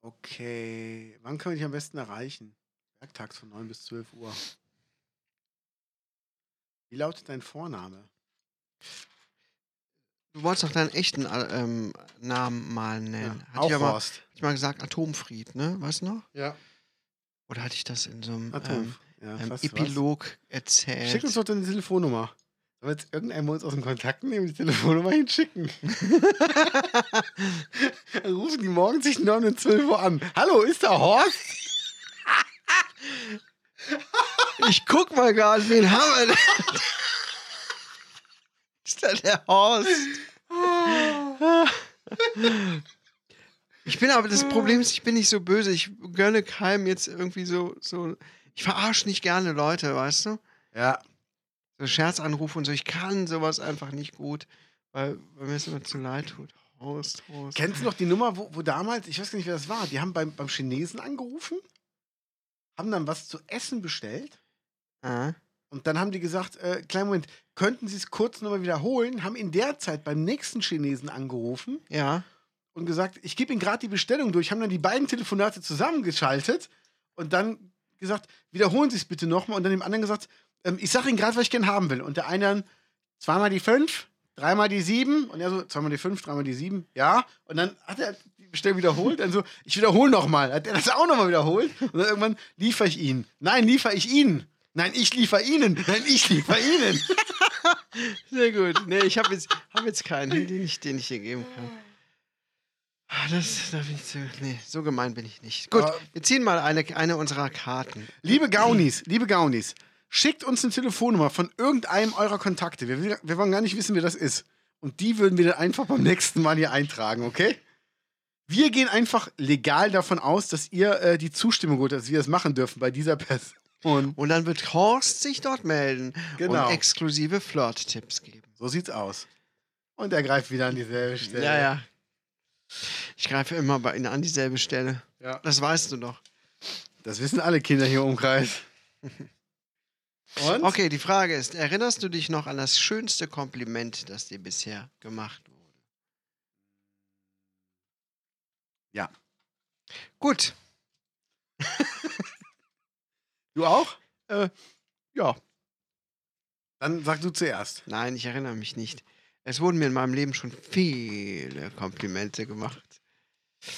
Speaker 1: Okay. Wann kann man dich am besten erreichen? Werktags von 9 bis 12 Uhr. Wie lautet dein Vorname?
Speaker 2: Du wolltest doch deinen echten äh, ähm, Namen mal
Speaker 1: Ja,
Speaker 2: nennen. Äh, hatte ich ja mal,
Speaker 1: Horst.
Speaker 2: ich mal gesagt, Atomfried, ne? Weißt du noch?
Speaker 1: Ja.
Speaker 2: Oder hatte ich das in so einem
Speaker 1: Atom. ja,
Speaker 2: ähm, ähm,
Speaker 1: fast was.
Speaker 2: Epilog erzählt?
Speaker 1: Schick uns doch deine Telefonnummer. Sollen wir jetzt irgendeinen bei uns aus dem Kontakt nehmen, die Telefonnummer hinschicken? Dann rufen die morgen zwischen 9 und 12 Uhr an. Hallo, ist da Horst?
Speaker 2: [LAUGHS] ich guck mal gerade, wen haben wir denn?
Speaker 1: [LAUGHS]
Speaker 2: ist da
Speaker 1: [LAUGHS]
Speaker 2: der Horst? Ich bin aber, das Problem ist, ich bin nicht so böse. Ich gönne keinem jetzt irgendwie so, so. Ich verarsche nicht gerne Leute, weißt du?
Speaker 1: Ja,
Speaker 2: So Scherzanrufe und so. Ich kann sowas einfach nicht gut, weil, weil mir es immer zu leid tut. Horst, Horst.
Speaker 1: Kennst du noch die Nummer, wo, wo damals, ich weiß gar nicht, wer das war, die haben beim, beim Chinesen angerufen, haben dann was zu essen bestellt
Speaker 2: Ah.
Speaker 1: und dann haben die gesagt, äh, kleinen Moment, könnten Sie es kurz nochmal wiederholen, haben in der Zeit beim nächsten Chinesen angerufen
Speaker 2: Ja.
Speaker 1: und gesagt, ich gebe Ihnen gerade die Bestellung durch, haben dann die beiden Telefonate zusammengeschaltet und dann gesagt, wiederholen Sie es bitte nochmal und dann dem anderen gesagt, ähm, ich sage Ihnen gerade, was ich gerne haben will. Und der eine dann, zweimal die fünf, dreimal die sieben und er so, zweimal die fünf, dreimal die sieben, ja. Und dann hat er die Bestellung wiederholt, dann so, ich wiederhole nochmal. Hat er das auch nochmal wiederholt und dann irgendwann liefere ich Ihnen. Nein, liefere ich Ihnen. Nein, ich liefere Ihnen. Nein, ich liefere Ihnen.
Speaker 2: Sehr gut. Nee, ich habe jetzt, hab jetzt keinen, den ich, den ich hier geben kann. Ah, Das, da bin ich zu, nee, so gemein bin ich nicht. Gut,
Speaker 1: Aber-
Speaker 2: wir ziehen mal eine, eine unserer Karten.
Speaker 1: Liebe Gaunis, liebe Gaunis, schickt uns eine Telefonnummer von irgendeinem eurer Kontakte. Wir, will- wir wollen gar nicht wissen, wer das ist. Und die würden wir dann einfach beim nächsten Mal hier eintragen, okay? Wir gehen einfach legal davon aus, dass ihr äh, die Zustimmung holt, dass wir das machen dürfen bei dieser Person.
Speaker 2: Und dann wird Horst sich dort melden
Speaker 1: Genau.
Speaker 2: und exklusive Flirt-Tipps geben.
Speaker 1: So sieht's aus. Und er greift wieder an dieselbe Stelle.
Speaker 2: Ja, ja. Ich greife immer bei Ihnen an dieselbe Stelle.
Speaker 1: Ja.
Speaker 2: Das weißt du doch.
Speaker 1: Das wissen alle Kinder hier im Umkreis. Und?
Speaker 2: Okay, die Frage ist: Erinnerst du dich noch an das schönste Kompliment, das dir bisher gemacht wurde?
Speaker 1: Ja.
Speaker 2: Gut.
Speaker 1: Du auch?
Speaker 2: Äh, Ja.
Speaker 1: Dann sag du zuerst.
Speaker 2: Nein, ich erinnere mich nicht. Es wurden mir in meinem Leben schon viele Komplimente gemacht.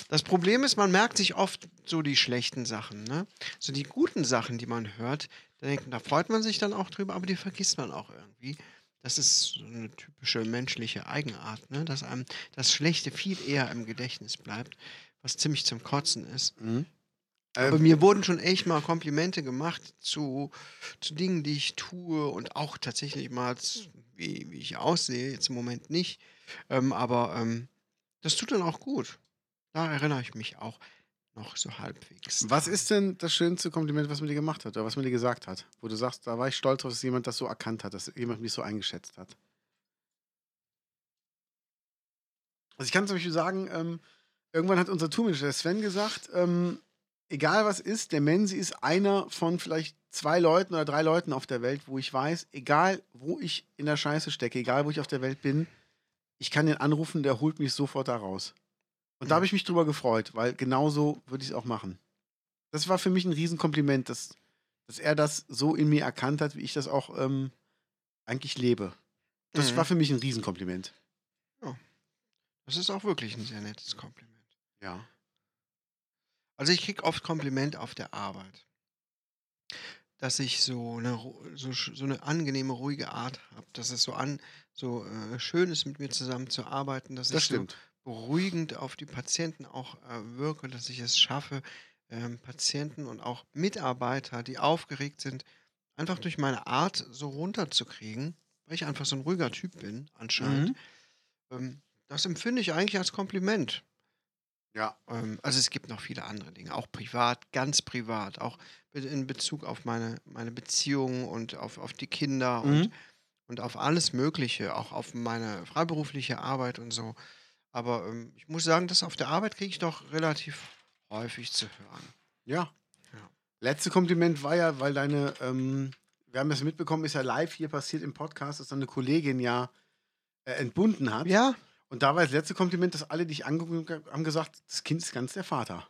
Speaker 2: Das Problem ist, man merkt sich oft so die schlechten Sachen, ne? So die guten Sachen, die man hört, da, denkt, da freut man sich dann auch drüber, aber die vergisst man auch irgendwie. Das ist so eine typische menschliche Eigenart, ne? Dass einem das Schlechte viel eher im Gedächtnis bleibt, was ziemlich zum Kotzen ist. Aber
Speaker 1: Ähm,
Speaker 2: mir wurden schon echt mal Komplimente gemacht zu, zu Dingen, die ich tue und auch tatsächlich mal, z- wie, wie ich aussehe, jetzt im Moment nicht. Ähm, aber ähm, das tut dann auch gut. Da erinnere ich mich auch noch so halbwegs.
Speaker 1: Was ist denn das schönste Kompliment, was man dir gemacht hat oder was man dir gesagt hat? Wo du sagst, da war ich stolz drauf, dass jemand das so erkannt hat, dass jemand mich so eingeschätzt hat. Also ich kann zum Beispiel sagen, ähm, irgendwann hat unser Tourmanager der Sven gesagt, ähm, egal was ist, der Mensi ist einer von vielleicht zwei Leuten oder drei Leuten auf der Welt, wo ich weiß, egal wo ich in der Scheiße stecke, egal wo ich auf der Welt bin, ich kann den anrufen, der holt mich sofort da raus. Und da habe ich mich drüber gefreut, weil genauso würde ich es auch machen. Das war für mich ein Riesenkompliment, dass, dass er das so in mir erkannt hat, wie ich das auch ähm, eigentlich lebe. Das
Speaker 2: Mhm.
Speaker 1: war für mich ein Riesenkompliment.
Speaker 2: Das ist auch wirklich ein sehr nettes Kompliment.
Speaker 1: Ja.
Speaker 2: Also ich kriege oft Kompliment auf der Arbeit. dass ich so eine, ru- so, sch- so eine angenehme, ruhige Art habe. Dass es so, an, so äh, schön ist, mit mir zusammen zu arbeiten. Dass
Speaker 1: Das
Speaker 2: ich so
Speaker 1: stimmt.
Speaker 2: beruhigend auf die Patienten auch äh, wirke, dass ich es schaffe, ähm, Patienten und auch Mitarbeiter, die aufgeregt sind, einfach durch meine Art so runterzukriegen, weil ich einfach so ein ruhiger Typ bin, anscheinend.
Speaker 1: Mhm.
Speaker 2: Ähm, das empfinde ich eigentlich als Kompliment.
Speaker 1: Ja.
Speaker 2: Ähm, also es gibt noch viele andere Dinge, auch privat, ganz privat, auch be- in Bezug auf meine, meine Beziehungen und auf, auf die Kinder und,
Speaker 1: Mhm.
Speaker 2: und auf alles Mögliche, auch auf meine freiberufliche Arbeit und so. Aber ähm, ich muss sagen, das auf der Arbeit kriege ich doch relativ häufig zu hören.
Speaker 1: Ja.
Speaker 2: Ja.
Speaker 1: Letzte Kompliment war ja, weil deine, ähm, wir haben das mitbekommen, ist ja live hier passiert im Podcast, dass deine Kollegin ja äh, entbunden hat.
Speaker 2: Ja,
Speaker 1: Und da war das letzte Kompliment, dass alle dich angeguckt haben, haben gesagt, das Kind ist ganz der
Speaker 2: [LAUGHS]
Speaker 1: Vater.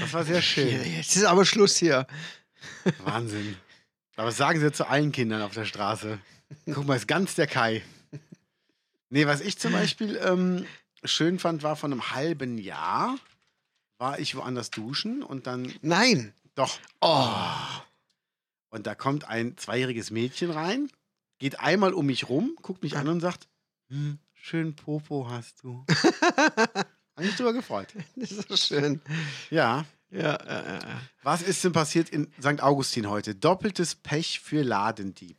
Speaker 1: das war sehr
Speaker 2: hier,
Speaker 1: schön.
Speaker 2: jetzt ist aber Schluss hier.
Speaker 1: Wahnsinn. Aber das sagen sie zu allen Kindern auf der Straße. Guck mal, ist ganz der Kai. Nee, was ich zum Beispiel ähm, schön fand, war von einem halben Jahr, war ich woanders duschen und dann
Speaker 2: Nein.
Speaker 1: doch.
Speaker 2: Oh.
Speaker 1: Und da kommt ein zweijähriges Mädchen rein, geht einmal um mich rum, guckt mich an und sagt, hm, schön Popo hast du. Hab mich drüber gefreut.
Speaker 2: Das ist so schön.
Speaker 1: Ja.
Speaker 2: Ja, äh, äh, äh.
Speaker 1: Was ist denn passiert in St. Augustin heute? Doppeltes Pech für Ladendieb.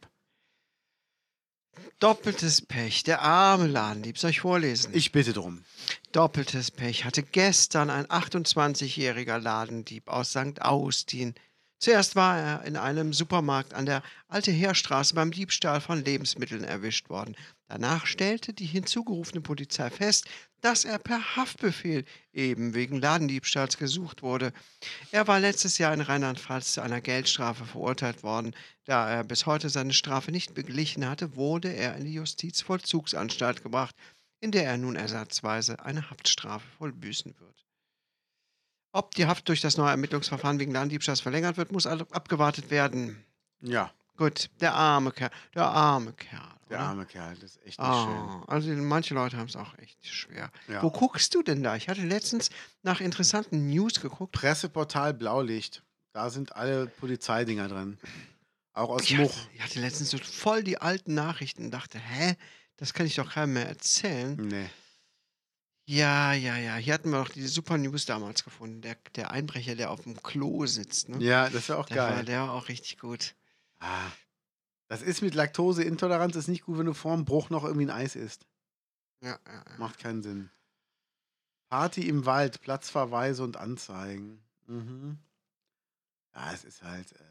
Speaker 2: Doppeltes Pech, der arme Ladendieb. Soll ich vorlesen?
Speaker 1: Ich bitte drum.
Speaker 2: Doppeltes Pech hatte gestern ein 28-jähriger Ladendieb aus St. Augustin. Zuerst war er in einem Supermarkt an der Alte Heerstraße beim Diebstahl von Lebensmitteln erwischt worden. Danach stellte die hinzugerufene Polizei fest, dass er per Haftbefehl eben wegen Ladendiebstahls gesucht wurde. Er war letztes Jahr in Rheinland-Pfalz zu einer Geldstrafe verurteilt worden. Da er bis heute seine Strafe nicht beglichen hatte, wurde er in die Justizvollzugsanstalt gebracht, in der er nun ersatzweise eine Haftstrafe vollbüßen wird. Ob die Haft durch das neue Ermittlungsverfahren wegen Ladendiebstahls verlängert wird, muss also abgewartet werden.
Speaker 1: Ja,
Speaker 2: Gut, der arme Kerl, der arme Kerl.
Speaker 1: der
Speaker 2: oder?
Speaker 1: arme Kerl, das ist echt nicht
Speaker 2: Ah, also manche Leute haben es auch echt schwer.
Speaker 1: schön. Ja.
Speaker 2: Wo guckst du denn da? Ich hatte letztens nach interessanten News geguckt.
Speaker 1: Presseportal Blaulicht. Da sind alle Polizeidinger drin. Auch aus
Speaker 2: Ich hatte,
Speaker 1: Much.
Speaker 2: ich hatte letztens so voll die alten Nachrichten und dachte, hä? Das kann ich doch keinem mehr erzählen.
Speaker 1: Nee.
Speaker 2: Ja, ja, ja. Hier hatten wir doch diese super News damals gefunden. Der, der Einbrecher, der auf dem Klo sitzt. Ne?
Speaker 1: Ja, das wäre auch
Speaker 2: der, war,
Speaker 1: geil.
Speaker 2: der war auch richtig gut.
Speaker 1: Ah. Das ist mit Laktoseintoleranz, ist nicht gut, wenn du vor dem Bruch noch irgendwie ein Eis isst.
Speaker 2: Ja, ja, ja.
Speaker 1: Macht keinen Sinn. Party im Wald, Platzverweise und Anzeigen. Mhm. Ja, es ist halt. Äh,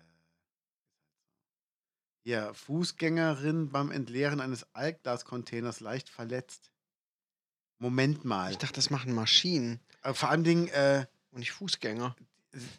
Speaker 1: hier, Fußgängerin beim Entleeren eines Altglascontainers leicht verletzt. Moment mal.
Speaker 2: Ich dachte, das machen Maschinen
Speaker 1: Äh, Vor allen Dingen, äh,
Speaker 2: und nicht Fußgänger.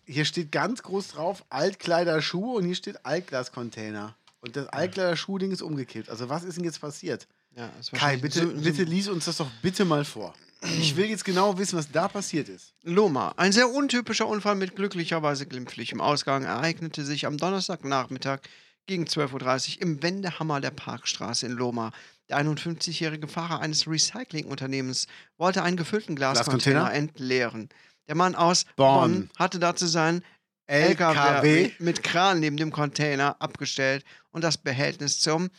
Speaker 1: hier steht ganz groß drauf Altkleiderschuhe und hier steht Altglascontainer. Und das Altkleiderschuh-Ding ist umgekippt. Also, was ist denn jetzt passiert?
Speaker 2: Ja, das war
Speaker 1: Kai,
Speaker 2: schon
Speaker 1: bitte,
Speaker 2: so- so-
Speaker 1: bitte lies uns das doch bitte mal vor. Ich will jetzt genau wissen, was da passiert ist.
Speaker 2: Loma. Ein sehr untypischer Unfall mit glücklicherweise glimpflichem Ausgang ereignete sich am Donnerstagnachmittag gegen 12.30 Uhr im Wendehammer der Parkstraße in Loma. Der 51-jährige Fahrer eines Recyclingunternehmens wollte einen gefüllten Glascontainer
Speaker 1: Glascontainer?
Speaker 2: entleeren. Der Mann aus
Speaker 1: Bonn.
Speaker 2: Bonn, hatte dazu seinen LKW mit Kran neben dem Container abgestellt und das Behältnis zum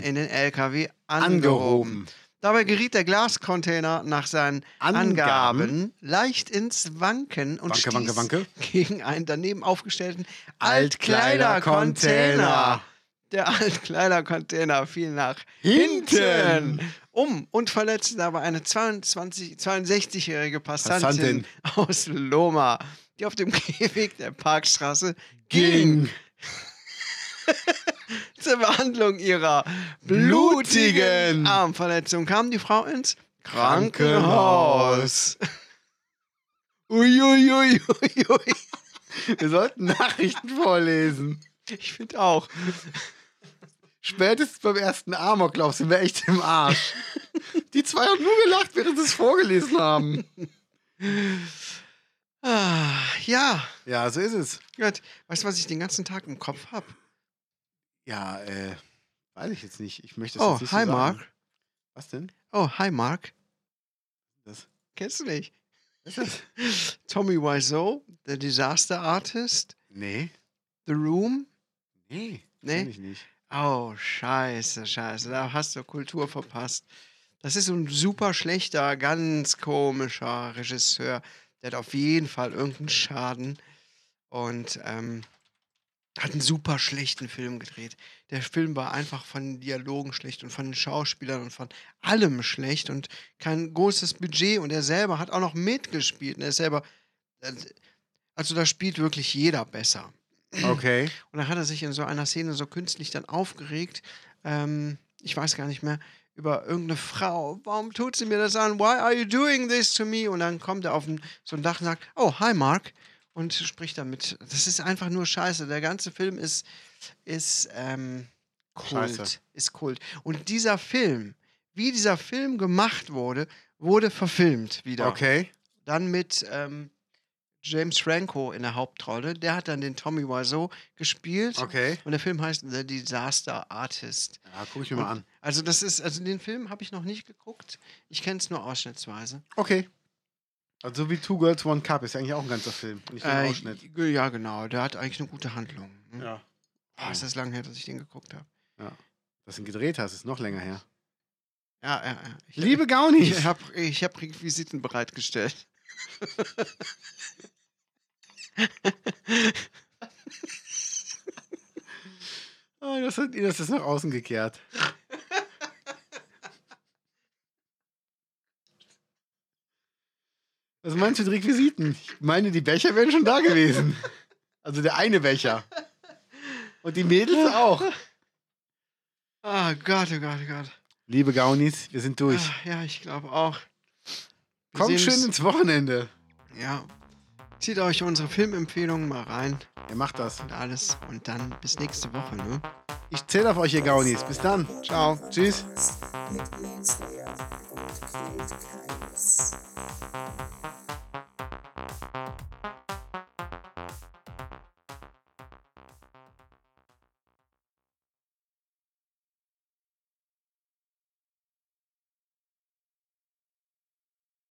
Speaker 1: Entleeren.
Speaker 2: in den LKW angehoben.
Speaker 1: angehoben.
Speaker 2: Dabei geriet der Glascontainer nach seinen
Speaker 1: Angaben.
Speaker 2: Angaben, leicht ins Wanken und
Speaker 1: Wanke,
Speaker 2: stieß
Speaker 1: wanke, wanke.
Speaker 2: [LAUGHS] gegen einen daneben aufgestellten
Speaker 1: Altkleidercontainer.
Speaker 2: Altkleidercontainer. Der Altkleidercontainer fiel nach
Speaker 1: Hinten.
Speaker 2: hinten um und verletzte dabei eine 22 62-jährige Passantin, aus Loma, die auf dem Gehweg der Parkstraße ging
Speaker 1: Ging.
Speaker 2: zur Behandlung ihrer
Speaker 1: Blutigen
Speaker 2: blutigen Armverletzung kam die Frau ins
Speaker 1: Krankenhaus.
Speaker 2: Krankenhaus. Uiuiuiui.
Speaker 1: Wir sollten Nachrichten vorlesen.
Speaker 2: Ich finde auch.
Speaker 1: Spätestens beim ersten Amoklauf sind wir echt im Arsch. Die zwei haben nur gelacht, während sie es vorgelesen haben.
Speaker 2: Ah, ja,
Speaker 1: Ja, so ist es.
Speaker 2: gut. Weißt du, was ich den ganzen Tag im Kopf habe?
Speaker 1: Ja, äh, weiß ich jetzt nicht. Ich möchte das
Speaker 2: Oh,
Speaker 1: jetzt nicht so
Speaker 2: hi
Speaker 1: sagen.
Speaker 2: Mark.
Speaker 1: Was denn?
Speaker 2: Oh, hi Mark.
Speaker 1: Das?
Speaker 2: Kennst du nicht?
Speaker 1: Ist das?
Speaker 2: Tommy Wiseau, The Disaster Artist,
Speaker 1: Nee.
Speaker 2: The Room.
Speaker 1: Nee.
Speaker 2: Nee?
Speaker 1: Kenn ich nicht.
Speaker 2: Oh, scheiße, scheiße. Da hast du Kultur verpasst. Das ist so ein super schlechter, ganz komischer Regisseur. Der hat auf jeden Fall irgendeinen Schaden und ähm, hat einen super schlechten Film gedreht. Der Film war einfach von den Dialogen schlecht und von den Schauspielern und von allem schlecht und kein großes Budget. Und er selber hat auch noch mitgespielt. Und er ist selber. Also da spielt wirklich jeder besser.
Speaker 1: Okay.
Speaker 2: Und dann hat er sich in so einer Szene so künstlich dann aufgeregt, ähm, ich weiß gar nicht mehr, über irgendeine Frau. Warum tut sie mir das an? Why are you doing this to me? Und dann kommt er auf ein, so ein Dach und sagt, oh, hi Mark. Und spricht damit. Das ist einfach nur scheiße. Der ganze Film ist, ist ähm, Kult.
Speaker 1: Scheiße.
Speaker 2: Ist Kult. Und dieser Film, wie dieser Film gemacht wurde, wurde verfilmt wieder.
Speaker 1: Okay.
Speaker 2: Dann mit ähm, James Franco in der Hauptrolle. Der hat dann den Tommy Wiseau gespielt.
Speaker 1: Okay.
Speaker 2: Und der Film heißt The Disaster Artist.
Speaker 1: Ja, guck ich mir mal an.
Speaker 2: Also das ist, also den Film habe ich noch nicht geguckt. Ich kenne es nur ausschnittsweise.
Speaker 1: Okay. Also so wie Two Girls One Cup ist ja eigentlich auch ein ganzer Film, nicht nur ein
Speaker 2: Äh,
Speaker 1: Ausschnitt.
Speaker 2: g- ja, genau. Der hat eigentlich eine gute Handlung. Hm?
Speaker 1: Ja.
Speaker 2: Oh, ist das lange her, dass ich den geguckt habe.
Speaker 1: Dass du ihn gedreht hast, ist noch länger her.
Speaker 2: Ja, ja, ja. Ich,
Speaker 1: Liebe Gauni! [LAUGHS]
Speaker 2: ich habe ich hab Requisiten bereitgestellt.
Speaker 1: Oh, das, hat, das ist nach außen
Speaker 2: [LAUGHS]
Speaker 1: gekehrt. Was Also meinst du mit Requisiten? Ich meine, die Becher wären schon da gewesen. Also der eine Becher. Und die Mädels auch.
Speaker 2: Ah Gott, oh Gott, oh Gott.
Speaker 1: Liebe Gaunis, wir sind durch.
Speaker 2: Ah, ja, ich glaube auch. Wir
Speaker 1: Kommt
Speaker 2: sehen
Speaker 1: schön
Speaker 2: uns-
Speaker 1: ins Wochenende.
Speaker 2: Ja. Zieht euch unsere Filmempfehlungen mal rein
Speaker 1: Ihr macht das.
Speaker 2: und alles. Und dann bis nächste Woche, ne?
Speaker 1: Ich zähle auf euch, ihr Gaunis. Bis dann. Ciao. Tschüss.
Speaker 3: Mit Menschheit und Wildkreis.